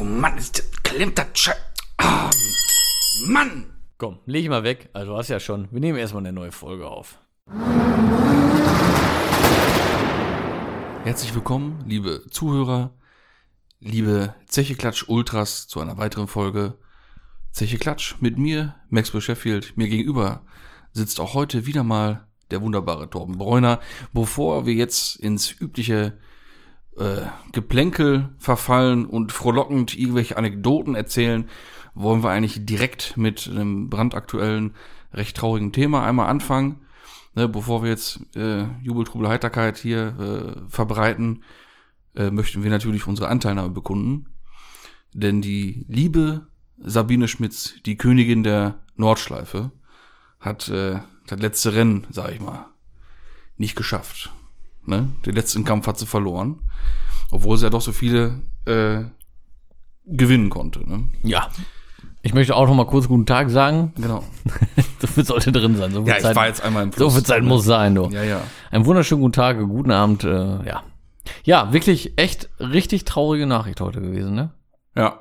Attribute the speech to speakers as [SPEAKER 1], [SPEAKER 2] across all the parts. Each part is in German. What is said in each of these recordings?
[SPEAKER 1] Oh Mann, ist das, klemmt das Scheiß. Ah, Mann!
[SPEAKER 2] Komm, leg ich mal weg. Also, du hast ja schon. Wir nehmen erstmal eine neue Folge auf.
[SPEAKER 3] Herzlich willkommen, liebe Zuhörer, liebe Zeche Klatsch Ultras zu einer weiteren Folge Zeche Klatsch mit mir, Maxwell Sheffield. Mir gegenüber sitzt auch heute wieder mal der wunderbare Torben Bräuner. Bevor wir jetzt ins übliche äh, Geplänkel verfallen und frohlockend irgendwelche Anekdoten erzählen, wollen wir eigentlich direkt mit einem brandaktuellen, recht traurigen Thema einmal anfangen ne, bevor wir jetzt äh, Jubel, Trubel, Heiterkeit hier äh, verbreiten, äh, möchten wir natürlich unsere Anteilnahme bekunden. Denn die liebe Sabine Schmitz, die Königin der Nordschleife, hat äh, das letzte Rennen, sag ich mal, nicht geschafft. Ne? Den letzten Kampf hat sie verloren, obwohl sie ja doch so viele äh, gewinnen konnte. Ne?
[SPEAKER 2] Ja. Ich möchte auch noch mal kurz guten Tag sagen.
[SPEAKER 3] Genau.
[SPEAKER 2] so viel sollte drin sein. So viel
[SPEAKER 3] Ja, ich
[SPEAKER 2] Zeit,
[SPEAKER 3] war jetzt einmal im
[SPEAKER 2] so
[SPEAKER 3] Fluss.
[SPEAKER 2] viel Zeit muss sein, du.
[SPEAKER 3] Ja, ja.
[SPEAKER 2] Einen wunderschönen guten Tag, guten Abend, äh, ja. Ja, wirklich echt richtig traurige Nachricht heute gewesen, ne?
[SPEAKER 3] Ja.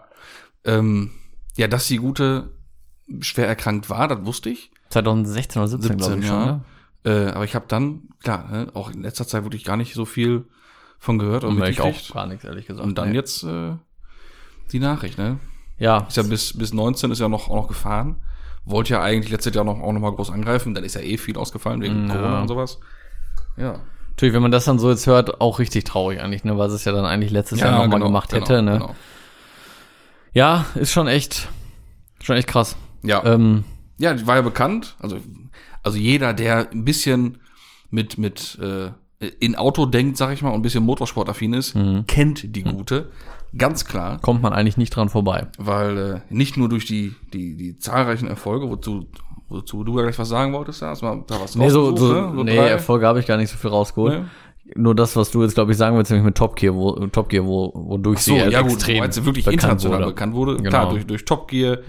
[SPEAKER 3] Ähm, ja, dass die gute schwer erkrankt war, das wusste ich.
[SPEAKER 2] 2016 oder 17, glaube ich
[SPEAKER 3] 17, ja.
[SPEAKER 2] schon, ne?
[SPEAKER 3] Äh, aber ich habe dann, klar, ne, auch in letzter Zeit wirklich gar nicht so viel von gehört und
[SPEAKER 2] Und ich auch
[SPEAKER 3] mitgekriegt.
[SPEAKER 2] gar nichts, ehrlich gesagt.
[SPEAKER 3] Und dann
[SPEAKER 2] Nee.
[SPEAKER 3] jetzt äh, die Nachricht, ne?
[SPEAKER 2] Ja,
[SPEAKER 3] Ist ja bis, bis 19 ist ja noch, auch noch gefahren. Wollte ja eigentlich letztes Jahr noch, auch noch mal groß angreifen. Dann ist ja eh viel ausgefallen wegen
[SPEAKER 2] Ja.
[SPEAKER 3] Corona und sowas. Ja.
[SPEAKER 2] natürlich, wenn man das dann so jetzt hört, auch richtig traurig eigentlich, ne? Weil sie es ja dann eigentlich letztes Jahr nochmal
[SPEAKER 3] genau,
[SPEAKER 2] gemacht
[SPEAKER 3] genau,
[SPEAKER 2] hätte, ne?
[SPEAKER 3] genau.
[SPEAKER 2] Ja, ist schon echt, schon echt krass.
[SPEAKER 3] Ja.
[SPEAKER 2] Ähm,
[SPEAKER 3] Ja, die war ja bekannt. Also, also jeder, der ein bisschen mit, mit äh, in Auto denkt, sag ich mal, und ein bisschen motorsportaffin ist,
[SPEAKER 2] Mhm.
[SPEAKER 3] kennt die gute. Ganz klar.
[SPEAKER 2] kommt man eigentlich nicht dran vorbei.
[SPEAKER 3] Weil äh, nicht nur durch die, die, die zahlreichen Erfolge, wozu, wozu du ja gleich was sagen wolltest, da hast du mal da was
[SPEAKER 2] Nee, so, so,
[SPEAKER 3] rausgesucht, ne?
[SPEAKER 2] nee,
[SPEAKER 3] drei.
[SPEAKER 2] Erfolge habe ich gar nicht so viel rausgeholt. Nur das, was du jetzt, glaube ich, sagen willst, nämlich mit Top Gear, wo, Top Gear, wo, wodurch
[SPEAKER 3] So,
[SPEAKER 2] sie als
[SPEAKER 3] ja gut,
[SPEAKER 2] extrem
[SPEAKER 3] weil sie wirklich international bekannt wurde. Klar,
[SPEAKER 2] Genau. Mhm.
[SPEAKER 3] durch, durch Top Gear.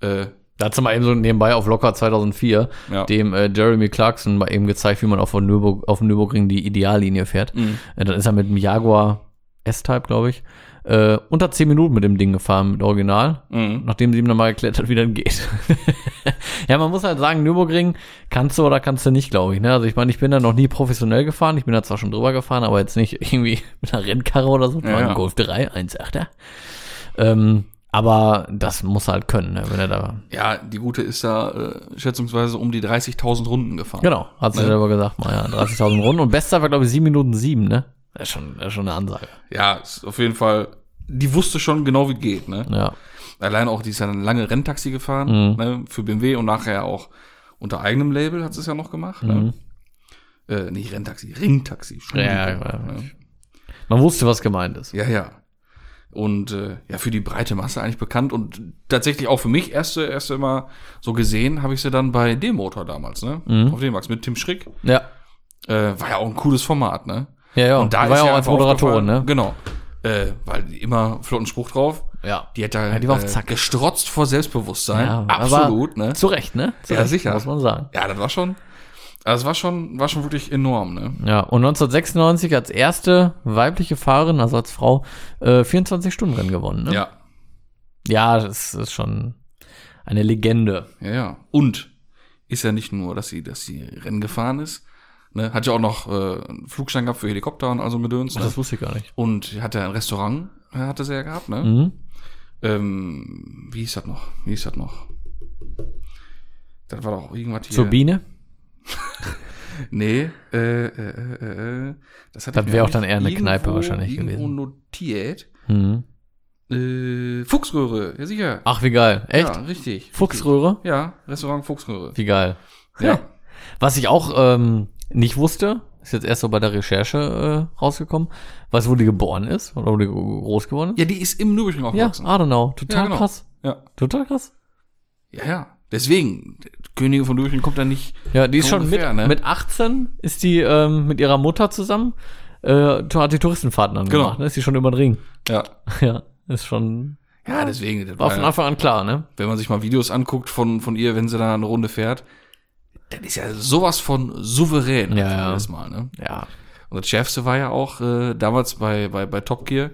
[SPEAKER 3] Äh,
[SPEAKER 2] Da hat sie mal eben so nebenbei auf Locker 2004
[SPEAKER 3] Ja.
[SPEAKER 2] dem äh, Jeremy Clarkson mal eben gezeigt, wie man auf, von Nürburg, auf dem Nürburgring die Ideallinie fährt.
[SPEAKER 3] Mhm.
[SPEAKER 2] Äh, dann ist er mit dem Jaguar S-Type, glaube ich, äh, unter 10 Minuten mit dem Ding gefahren, mit Original.
[SPEAKER 3] mhm.
[SPEAKER 2] Nachdem sie ihm dann mal erklärt hat, wie das geht. ja, man muss halt sagen, Nürburgring kannst du oder kannst du nicht, glaube ich. Ne? Also ich meine, ich bin da noch nie professionell gefahren. Ich bin da zwar schon drüber gefahren, aber jetzt nicht irgendwie mit einer Rennkarre oder so. Ich
[SPEAKER 3] Ja,
[SPEAKER 2] war ein
[SPEAKER 3] ja.
[SPEAKER 2] Golf 3, 1,8er. Ähm, aber das muss er halt können, ne? wenn er da
[SPEAKER 3] ja, die gute ist da äh, schätzungsweise um die 30.000 Runden gefahren.
[SPEAKER 2] Genau, hat sie
[SPEAKER 3] Ne?
[SPEAKER 2] selber gesagt, mal ja, 30.000 Runden. Und Bestzeit war, glaube ich, 7 Minuten 7, ne? Das ist schon, das ist schon eine Ansage.
[SPEAKER 3] Ja, ist auf jeden Fall. Die wusste schon genau, wie geht, ne?
[SPEAKER 2] Ja. Mhm.
[SPEAKER 3] Allein auch, die ist ja dann lange Renntaxi gefahren, ne, für BMW und nachher auch unter eigenem Label hat sie es ja noch gemacht, ne? Äh, nicht Renntaxi, Ringtaxi.
[SPEAKER 2] Mhm. Ja, ja,
[SPEAKER 3] Entschuldigung,
[SPEAKER 2] ja.
[SPEAKER 3] ne?
[SPEAKER 2] Man wusste, was gemeint ist.
[SPEAKER 3] ja, ja. Und äh, ja, für die breite Masse eigentlich bekannt und tatsächlich auch für mich erste, erste mal so gesehen habe ich sie dann bei D-Motor damals, ne?
[SPEAKER 2] Mhm.
[SPEAKER 3] Auf dem Max mit Tim Schrick.
[SPEAKER 2] Ja.
[SPEAKER 3] Äh, war ja auch ein cooles Format, ne?
[SPEAKER 2] Ja, ja.
[SPEAKER 3] Und da
[SPEAKER 2] die
[SPEAKER 3] ist
[SPEAKER 2] war ja auch
[SPEAKER 3] ja
[SPEAKER 2] als Moderatorin, ne?
[SPEAKER 3] Genau. Äh, weil die immer flotten Spruch drauf.
[SPEAKER 2] Ja.
[SPEAKER 3] Die hat da
[SPEAKER 2] die war auf
[SPEAKER 3] äh,
[SPEAKER 2] Zack.
[SPEAKER 3] gestrotzt vor Selbstbewusstsein.
[SPEAKER 2] Ja,
[SPEAKER 3] Absolut,
[SPEAKER 2] aber
[SPEAKER 3] ne?
[SPEAKER 2] Zu Recht, ne? Zu
[SPEAKER 3] Ja,
[SPEAKER 2] Recht,
[SPEAKER 3] sicher.
[SPEAKER 2] Muss man sagen.
[SPEAKER 3] Ja, das war schon. Also es war schon, war schon wirklich enorm, ne?
[SPEAKER 2] Ja, und 1996 als erste weibliche Fahrerin, also als Frau, äh, 24 Stunden Rennen gewonnen, ne?
[SPEAKER 3] Ja,
[SPEAKER 2] Ja, das ist schon eine Legende.
[SPEAKER 3] ja, ja. Und ist ja nicht nur, dass sie, dass sie Rennen gefahren ist. Ne? Hat ja auch noch äh, einen Flugschein gehabt für Helikopter und also Gedöns. Ne?
[SPEAKER 2] Das wusste ich gar nicht.
[SPEAKER 3] Und hat ja ein Restaurant, äh, hatte sie ja gehabt, ne?
[SPEAKER 2] Mhm.
[SPEAKER 3] Ähm, wie hieß das noch? Wie hieß das noch? Das war doch irgendwas hier.
[SPEAKER 2] Zur Biene?
[SPEAKER 3] Nee, äh, äh, äh, äh, das hat
[SPEAKER 2] Das wäre auch dann eher eine Kneipe wahrscheinlich gewesen.
[SPEAKER 3] notiert.
[SPEAKER 2] Mhm.
[SPEAKER 3] Äh, Fuchsröhre, ja sicher.
[SPEAKER 2] Ach, wie geil. Ah, Echt?
[SPEAKER 3] Ja, richtig.
[SPEAKER 2] Fuchsröhre?
[SPEAKER 3] Richtig. Ja, Restaurant Fuchsröhre.
[SPEAKER 2] Wie geil.
[SPEAKER 3] Ja.
[SPEAKER 2] Was ich auch ähm, nicht wusste, ist jetzt erst so bei der Recherche äh, rausgekommen, weißt du, wo die geboren ist oder wo die groß geworden ist?
[SPEAKER 3] ja, die ist im Nürburgring
[SPEAKER 2] Ja,
[SPEAKER 3] aufgewachsen.
[SPEAKER 2] Adenau. Total
[SPEAKER 3] Ja, genau.
[SPEAKER 2] krass.
[SPEAKER 3] Ja.
[SPEAKER 2] Total krass.
[SPEAKER 3] ja, ja. Deswegen, Königin von Nürburgring kommt da nicht.
[SPEAKER 2] Ja, die ist
[SPEAKER 3] So
[SPEAKER 2] schon
[SPEAKER 3] ungefähr,
[SPEAKER 2] mit,
[SPEAKER 3] ne?
[SPEAKER 2] mit 18 ist die ähm, mit ihrer Mutter zusammen, äh, hat die Touristenfahrten angemacht,
[SPEAKER 3] Genau.
[SPEAKER 2] ne? ist die schon über den Ring.
[SPEAKER 3] Ja,
[SPEAKER 2] ja, ist schon,
[SPEAKER 3] ja deswegen. Das
[SPEAKER 2] war
[SPEAKER 3] war
[SPEAKER 2] von
[SPEAKER 3] ja,
[SPEAKER 2] Anfang an klar, ne?
[SPEAKER 3] wenn man sich mal Videos anguckt von, von ihr, wenn sie da eine Runde fährt, dann ist ja sowas von souverän.
[SPEAKER 2] Ja, ja.
[SPEAKER 3] Erstmal, ne?
[SPEAKER 2] Ja.
[SPEAKER 3] Und das Schärfste war ja auch äh, damals bei, bei, bei Top Gear,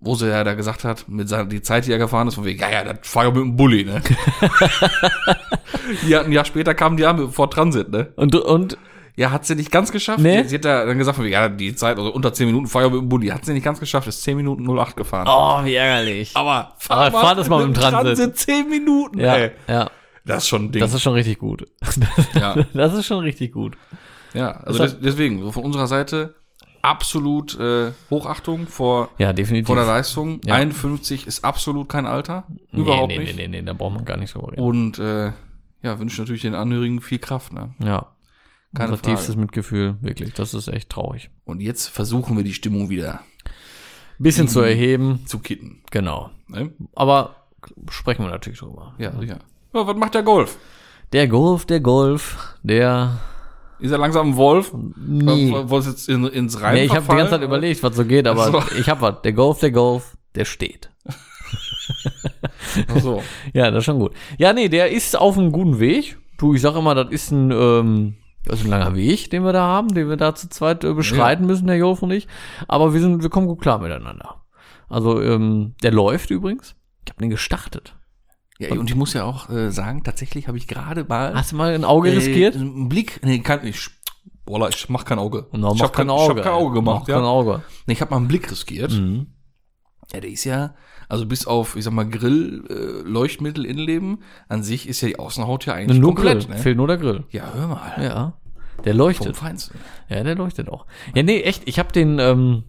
[SPEAKER 3] Bose ja da gesagt hat, mit seiner, die Zeit, die er gefahren ist, von wegen, ja, ja, das fahr ich mit dem Bulli, ne? ja, ein Jahr später kamen die an vor Transit, ne?
[SPEAKER 2] Und, und
[SPEAKER 3] Ja, hat sie nicht ganz geschafft.
[SPEAKER 2] Nee.
[SPEAKER 3] Sie, sie hat da dann gesagt, von wegen, ja, die Zeit, also unter 10 Minuten fahr ich mit dem Bulli. Hat sie nicht ganz geschafft, ist 10 Minuten 08 gefahren.
[SPEAKER 2] oh, wie ärgerlich.
[SPEAKER 3] Aber
[SPEAKER 2] Aber fahr das mal mit dem Transit.
[SPEAKER 3] 10 Minuten,
[SPEAKER 2] Ja,
[SPEAKER 3] ey.
[SPEAKER 2] ja,
[SPEAKER 3] Das ist schon ein Ding.
[SPEAKER 2] das ist schon richtig gut.
[SPEAKER 3] Ja.
[SPEAKER 2] Das ist schon richtig gut.
[SPEAKER 3] ja, also
[SPEAKER 2] das-
[SPEAKER 3] des, deswegen, so von unserer Seite absolut äh, Hochachtung vor,
[SPEAKER 2] Ja, definitiv.
[SPEAKER 3] vor der Leistung.
[SPEAKER 2] Ja.
[SPEAKER 3] 51 ist absolut kein Alter. Überhaupt
[SPEAKER 2] nee, nee,
[SPEAKER 3] nicht.
[SPEAKER 2] Nee, nee, nee, da braucht man gar nicht drüber reden.
[SPEAKER 3] Und äh, ja, wünsche natürlich den Angehörigen viel Kraft. Ne?
[SPEAKER 2] Oh. Ja.
[SPEAKER 3] Keine
[SPEAKER 2] Unser
[SPEAKER 3] Frage.
[SPEAKER 2] tiefstes Mitgefühl, wirklich. Das ist echt traurig.
[SPEAKER 3] Und jetzt versuchen wir die Stimmung wieder
[SPEAKER 2] Bisschen
[SPEAKER 3] Mhm.
[SPEAKER 2] zu erheben,
[SPEAKER 3] zu kitten.
[SPEAKER 2] genau.
[SPEAKER 3] Ne?
[SPEAKER 2] Aber sprechen wir natürlich drüber.
[SPEAKER 3] Ja, sicher. Ja, was macht der Golf?
[SPEAKER 2] Der Golf, der Golf, der.
[SPEAKER 3] Ist er langsam ein Wolf?
[SPEAKER 2] Nee.
[SPEAKER 3] Woll- Wolltest du jetzt in, ins Rein
[SPEAKER 2] Nee, ich habe die ganze Zeit überlegt, was so geht, aber
[SPEAKER 3] Äh, Ach so.
[SPEAKER 2] ich habe was. Der Golf, der Golf, der steht.
[SPEAKER 3] Ach so.
[SPEAKER 2] Ja, das ist schon gut. Ja, nee, der ist auf einem guten Weg. Du, ich sag immer, das ist ein, ähm, das ist ein langer Weg, den wir da haben, den wir da zu zweit äh, beschreiten müssen, der Jolf und ich. Aber wir sind, wir kommen gut klar miteinander. Also, ähm, der läuft übrigens. Ich habe den gestartet.
[SPEAKER 3] Ja, und ich muss ja auch äh, sagen, tatsächlich habe ich gerade mal
[SPEAKER 2] Hast du mal ein Auge riskiert?
[SPEAKER 3] Äh, einen Blick, nee, kann ich. Boah, ich mach kein Auge.
[SPEAKER 2] Und dann
[SPEAKER 3] ich
[SPEAKER 2] macht
[SPEAKER 3] habe kein, ich hab kein
[SPEAKER 2] ey.
[SPEAKER 3] Auge gemacht.
[SPEAKER 2] Macht kein
[SPEAKER 3] ja.
[SPEAKER 2] Auge.
[SPEAKER 3] Nee, ich habe mal einen Blick riskiert.
[SPEAKER 2] Mhm.
[SPEAKER 3] Ja, der ist ja, also bis auf, ich sag mal, Grill, äh, Leuchtmittel, Innenleben, an sich ist ja die Außenhaut ja eigentlich
[SPEAKER 2] Nur
[SPEAKER 3] komplett.
[SPEAKER 2] Grill.
[SPEAKER 3] Ne?
[SPEAKER 2] Fehlt nur der Grill.
[SPEAKER 3] Ja, hör mal.
[SPEAKER 2] Ja. Der
[SPEAKER 3] Vom
[SPEAKER 2] leuchtet.
[SPEAKER 3] Feinsten.
[SPEAKER 2] Ja, der leuchtet auch. Ja, nee, echt, ich habe den, ähm,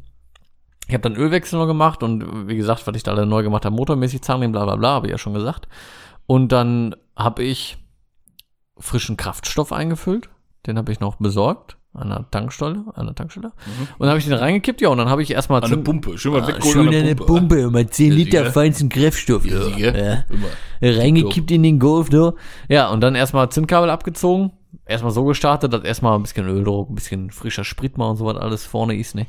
[SPEAKER 2] ich habe dann Ölwechsel noch gemacht und äh, wie gesagt, was ich da alle neu gemacht habe, motormäßig Zahnriemen, bla bla bla, habe ich ja schon gesagt. Und dann habe ich frischen Kraftstoff eingefüllt, den habe ich noch besorgt an der Tankstelle, an der Tankstelle. Und dann habe ich den reingekippt, ja, und dann habe ich erstmal
[SPEAKER 3] Mhm. An der
[SPEAKER 2] zehn-
[SPEAKER 3] Pumpe, schön mal
[SPEAKER 2] Ah,
[SPEAKER 3] wegholen an der Pumpe.
[SPEAKER 2] immer 10
[SPEAKER 3] Sieger.
[SPEAKER 2] feinsten Kraftstoff.
[SPEAKER 3] Ja, Sieger.
[SPEAKER 2] Ja.
[SPEAKER 3] Immer.
[SPEAKER 2] Reingekippt in den Golf, ne? Ja, und dann erstmal Zündkabel abgezogen. Erstmal so gestartet, dass erstmal ein bisschen Öldruck, ein bisschen frischer Sprit mal und sowas alles vorne ist, ne?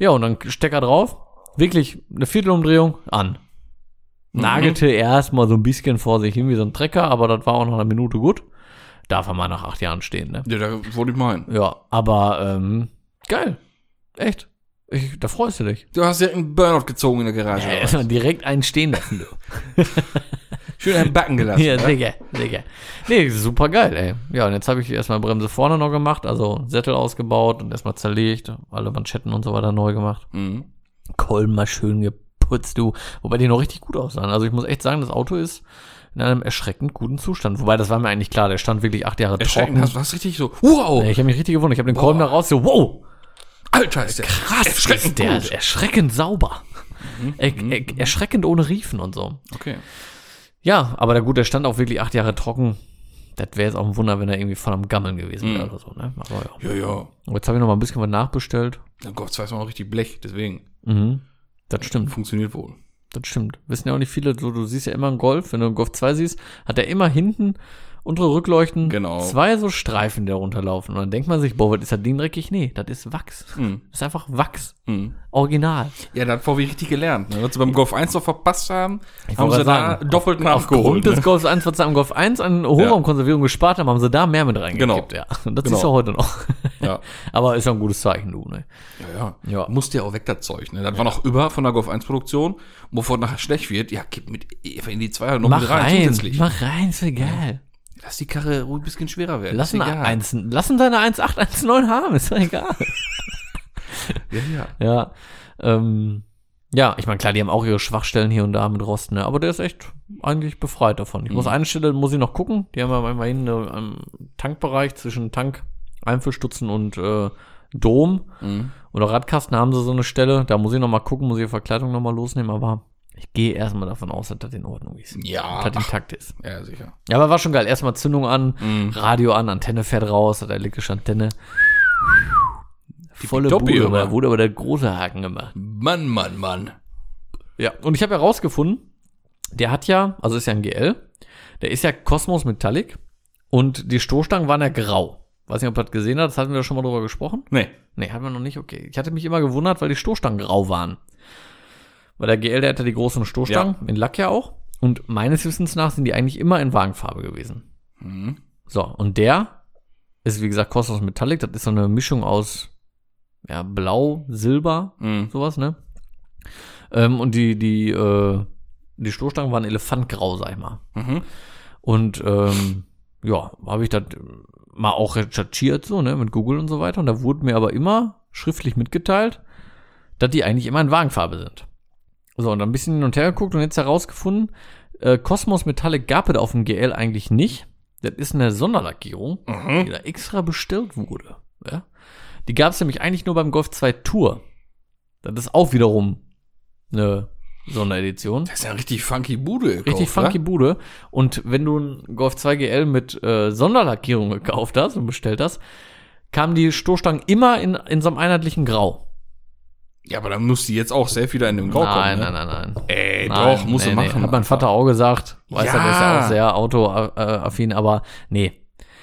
[SPEAKER 2] Ja, und dann Stecker drauf. Wirklich eine Viertelumdrehung an.
[SPEAKER 3] Mhm.
[SPEAKER 2] Nagelte erstmal so ein bisschen vor sich hin wie so ein Trecker, aber das war auch nach einer Minute gut. Darf er mal nach acht Jahren stehen, ne?
[SPEAKER 3] Ja, da wollte ich meinen.
[SPEAKER 2] Ja, aber ähm, geil. Echt. Ich, da freust du dich.
[SPEAKER 3] Du hast ja einen Burnout gezogen in der Garage.
[SPEAKER 2] Ja,
[SPEAKER 3] oder was?
[SPEAKER 2] erstmal direkt einen stehen lassen, du.
[SPEAKER 3] Schön einen Backen gelassen.
[SPEAKER 2] Ja, Digga, Digga. Nee, super geil, ey. Ja, und jetzt habe ich erstmal Bremse vorne noch gemacht, also Sättel ausgebaut und erstmal zerlegt, alle Manschetten und so weiter neu gemacht.
[SPEAKER 3] Mhm.
[SPEAKER 2] Kolben mal schön geputzt, du. Wobei die noch richtig gut aussahen. Also ich muss echt sagen, das Auto ist in einem erschreckend guten Zustand. Wobei, das war mir eigentlich klar, der stand wirklich acht Jahre
[SPEAKER 3] Erschreckend,
[SPEAKER 2] trocken.
[SPEAKER 3] hast du hast richtig so, wow,
[SPEAKER 2] Ey, Ich habe mich richtig gewundert. Ich habe den Kolben da raus, so, wow,
[SPEAKER 3] Alter, ist der krass, erschreckend
[SPEAKER 2] ist der
[SPEAKER 3] gut. Mhm,
[SPEAKER 2] erschreckend sauber. Er, er, erschreckend ohne Riefen und so.
[SPEAKER 3] Okay.
[SPEAKER 2] Ja, aber da gut, der stand auch wirklich acht Jahre trocken. Das wäre jetzt auch ein Wunder, wenn er irgendwie voll am Gammeln gewesen
[SPEAKER 3] Mhm.
[SPEAKER 2] wäre oder so, ne? Aber ja.
[SPEAKER 3] Ja, ja.
[SPEAKER 2] Und jetzt habe ich noch mal ein bisschen was nachbestellt.
[SPEAKER 3] Oh Gott, zwei ist auch noch richtig Blech, deswegen
[SPEAKER 2] Mhm. Das stimmt,
[SPEAKER 3] funktioniert wohl.
[SPEAKER 2] das stimmt. Wissen ja auch nicht viele, so, du siehst ja immer einen Golf, wenn du einen Golf 2 siehst, hat er immer hinten untere Rückleuchten
[SPEAKER 3] Genau.
[SPEAKER 2] zwei so Streifen, die da runterlaufen. Und dann denkt man sich, boah, was ist das Ding dreckig? Nee, das ist Wachs.
[SPEAKER 3] Mhm.
[SPEAKER 2] Das ist einfach Wachs.
[SPEAKER 3] Mhm.
[SPEAKER 2] Original.
[SPEAKER 3] Ja, da hat VW richtig gelernt. Ne? Was sie beim Golf 1 noch verpasst haben, haben
[SPEAKER 2] wollte
[SPEAKER 3] sie da
[SPEAKER 2] sagen,
[SPEAKER 3] doppelt
[SPEAKER 2] Aufgrund
[SPEAKER 3] nachgeholt.
[SPEAKER 2] des
[SPEAKER 3] Ne?
[SPEAKER 2] Golfs 1, was sie am Golf 1 an Hohlraumkonservierung gespart haben, haben sie da mehr mit reingekippt.
[SPEAKER 3] Genau.
[SPEAKER 2] Ja. Und das
[SPEAKER 3] Genau.
[SPEAKER 2] siehst du heute noch.
[SPEAKER 3] ne? Ja.
[SPEAKER 2] Aber ist ja ein gutes Zeichen, du, ne?
[SPEAKER 3] Ja, ja.
[SPEAKER 2] Ja.
[SPEAKER 3] Musste ja auch weg, das Zeug. Ne? Das war noch über von der Golf 1 Produktion. Und bevor es nachher schlecht wird, ja, kipp mit in die 2 noch
[SPEAKER 2] Mach
[SPEAKER 3] mit
[SPEAKER 2] rein,
[SPEAKER 3] zusätzlich.
[SPEAKER 2] mach rein, ist egal.
[SPEAKER 3] Lass die Karre ruhig ein bisschen schwerer werden.
[SPEAKER 2] Lass,
[SPEAKER 3] ist
[SPEAKER 2] ein
[SPEAKER 3] egal.
[SPEAKER 2] 1, lass ihn deine 1819 haben, ist doch egal.
[SPEAKER 3] Ja, ja.
[SPEAKER 2] ja, ähm, ja, ich meine, klar, die haben auch ihre Schwachstellen hier und da mit Rost, ne? aber der ist echt eigentlich befreit davon. Ich muss
[SPEAKER 3] Mhm.
[SPEAKER 2] eine Stelle, muss ich noch gucken, die haben ja immerhin äh, am Tankbereich zwischen Tank, Einfüllstutzen und äh, Dom
[SPEAKER 3] Mhm.
[SPEAKER 2] oder Radkasten haben sie so eine Stelle, da muss ich noch mal gucken, muss ich die Verkleidung noch mal losnehmen, aber ich gehe erstmal davon aus, dass das in Ordnung ist.
[SPEAKER 3] Ja.
[SPEAKER 2] Dass das intakt ist.
[SPEAKER 3] Ach, ja, sicher.
[SPEAKER 2] Ja, aber war schon geil. Erstmal Zündung an,
[SPEAKER 3] Mhm.
[SPEAKER 2] Radio an, Antenne fährt raus, hat elektrische Antenne. Volle
[SPEAKER 3] Tippitoppi,
[SPEAKER 2] Bude,
[SPEAKER 3] oder?
[SPEAKER 2] aber wurde aber der große Haken gemacht.
[SPEAKER 3] Mann, Mann, Mann.
[SPEAKER 2] Ja, und ich habe ja rausgefunden, der hat ja, also ist ja ein GL, der ist ja Cosmos Metallic und die Stoßstangen waren ja grau. Weiß nicht, ob ihr das gesehen habt, das hatten wir schon mal drüber gesprochen.
[SPEAKER 3] Nee.
[SPEAKER 2] Nee, hatten wir noch nicht, okay. Ich hatte mich immer gewundert, weil die Stoßstangen grau waren. Weil der GL, der hatte die großen Stoßstangen, in Lack ja auch. Und meines Wissens nach sind die eigentlich immer in Wagenfarbe gewesen.
[SPEAKER 3] Mhm.
[SPEAKER 2] So, und der ist, wie gesagt, Cosmos Metallic. Das ist so eine Mischung aus ja, Blau, Silber,
[SPEAKER 3] Mhm.
[SPEAKER 2] sowas, ne? Ähm, und die, die, äh, die Stoßstangen waren elefantgrau, sag ich mal.
[SPEAKER 3] Mhm.
[SPEAKER 2] Und ähm, ja, habe ich das mal auch recherchiert, so, ne, mit Google und so weiter. Und da wurde mir aber immer schriftlich mitgeteilt, dass die eigentlich immer in Wagenfarbe sind. So, und dann ein bisschen hin und her geguckt und jetzt herausgefunden, äh, Cosmos Metallic gab es auf dem GL eigentlich nicht. Das ist eine Sonderlackierung,
[SPEAKER 3] mhm.
[SPEAKER 2] die da extra bestellt wurde. Ja? Die gab es nämlich eigentlich nur beim Golf 2 Tour. Das ist auch wiederum eine Sonderedition.
[SPEAKER 3] Das ist ja richtig funky Bude.
[SPEAKER 2] Richtig funky Bude. Und wenn du einen Golf 2 GL mit äh, Sonderlackierung gekauft hast und bestellt hast, kamen die Stoßstangen immer in, in so einem einheitlichen Grau.
[SPEAKER 3] Ja, aber dann muss die jetzt auch safe wieder in den Grau kommen.
[SPEAKER 2] nein,
[SPEAKER 3] ne?
[SPEAKER 2] nein, nein, nein.
[SPEAKER 3] Ey,
[SPEAKER 2] Nein,
[SPEAKER 3] doch, muss
[SPEAKER 2] nee,
[SPEAKER 3] nee,
[SPEAKER 2] nee.
[SPEAKER 3] machen.
[SPEAKER 2] Hat mein Vater auch gesagt. Weiß ja.
[SPEAKER 3] Ja.
[SPEAKER 2] der ist ja auch sehr autoaffin, aber nee.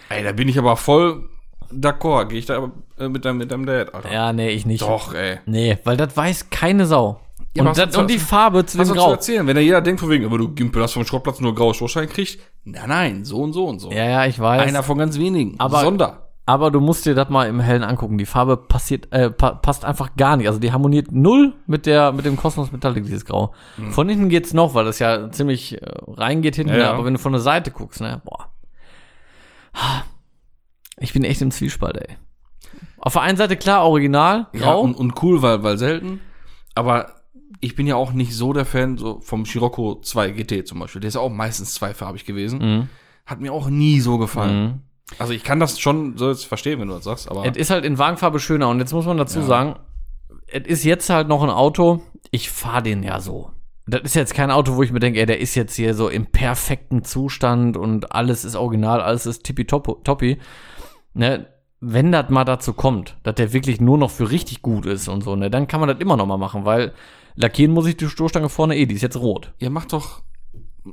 [SPEAKER 3] Ey, da bin ich aber voll d'accord. Gehe ich da äh, mit, deinem, mit deinem Dad, Alter.
[SPEAKER 2] Ja, nee, ich nicht.
[SPEAKER 3] Doch, ey.
[SPEAKER 2] Nee, weil das weiß keine Sau.
[SPEAKER 3] Ja,
[SPEAKER 2] und,
[SPEAKER 3] aber was
[SPEAKER 2] das,
[SPEAKER 3] soll's-
[SPEAKER 2] und die Farbe zu
[SPEAKER 3] Was
[SPEAKER 2] dem
[SPEAKER 3] soll zu
[SPEAKER 2] Grau.
[SPEAKER 3] erzählen? Wenn da jeder denkt von wegen, aber du Gimpel hast vom Schrottplatz nur graue Stoßstein kriegt. Nein, nein, so und so und so.
[SPEAKER 2] Ja, ja, ich weiß.
[SPEAKER 3] Einer von ganz wenigen.
[SPEAKER 2] Aber-
[SPEAKER 3] Sonder.
[SPEAKER 2] Aber du musst dir das mal im Hellen angucken. Die Farbe passiert, äh, pa passt einfach gar nicht. Also die harmoniert null mit der mit dem Kosmos Metallic, dieses Grau. Von hinten geht's noch, weil das ja ziemlich äh, reingeht hinten,
[SPEAKER 3] Hm. Ja,
[SPEAKER 2] ne?
[SPEAKER 3] ja.
[SPEAKER 2] aber wenn du von der Seite guckst, ne, boah. Ich bin echt im Zwiespalt, ey. Auf der einen Seite klar, original,
[SPEAKER 3] Ja,
[SPEAKER 2] grau.
[SPEAKER 3] und, und cool, weil, weil selten. Aber ich bin ja auch nicht so der Fan so vom Scirocco 2 GT zum Beispiel. Der ist ja auch meistens zweifarbig gewesen.
[SPEAKER 2] Mhm.
[SPEAKER 3] Hat mir auch nie so gefallen. Also ich kann das schon so jetzt verstehen, wenn du das sagst, aber
[SPEAKER 2] Es ist halt in Wagenfarbe schöner. Und jetzt muss man dazu sagen, es ist jetzt halt noch ein Auto, ich fahre den ja so. Das ist jetzt kein Auto, wo ich mir denke, ey, der ist jetzt hier so im perfekten Zustand und alles ist original, alles ist tippitoppi. Ne? Wenn das mal dazu kommt, dass der wirklich nur noch für richtig gut ist und so, ne, dann kann man das immer noch mal machen, weil lackieren muss ich die Stoßstange vorne eh, die ist jetzt rot.
[SPEAKER 3] ihr macht doch,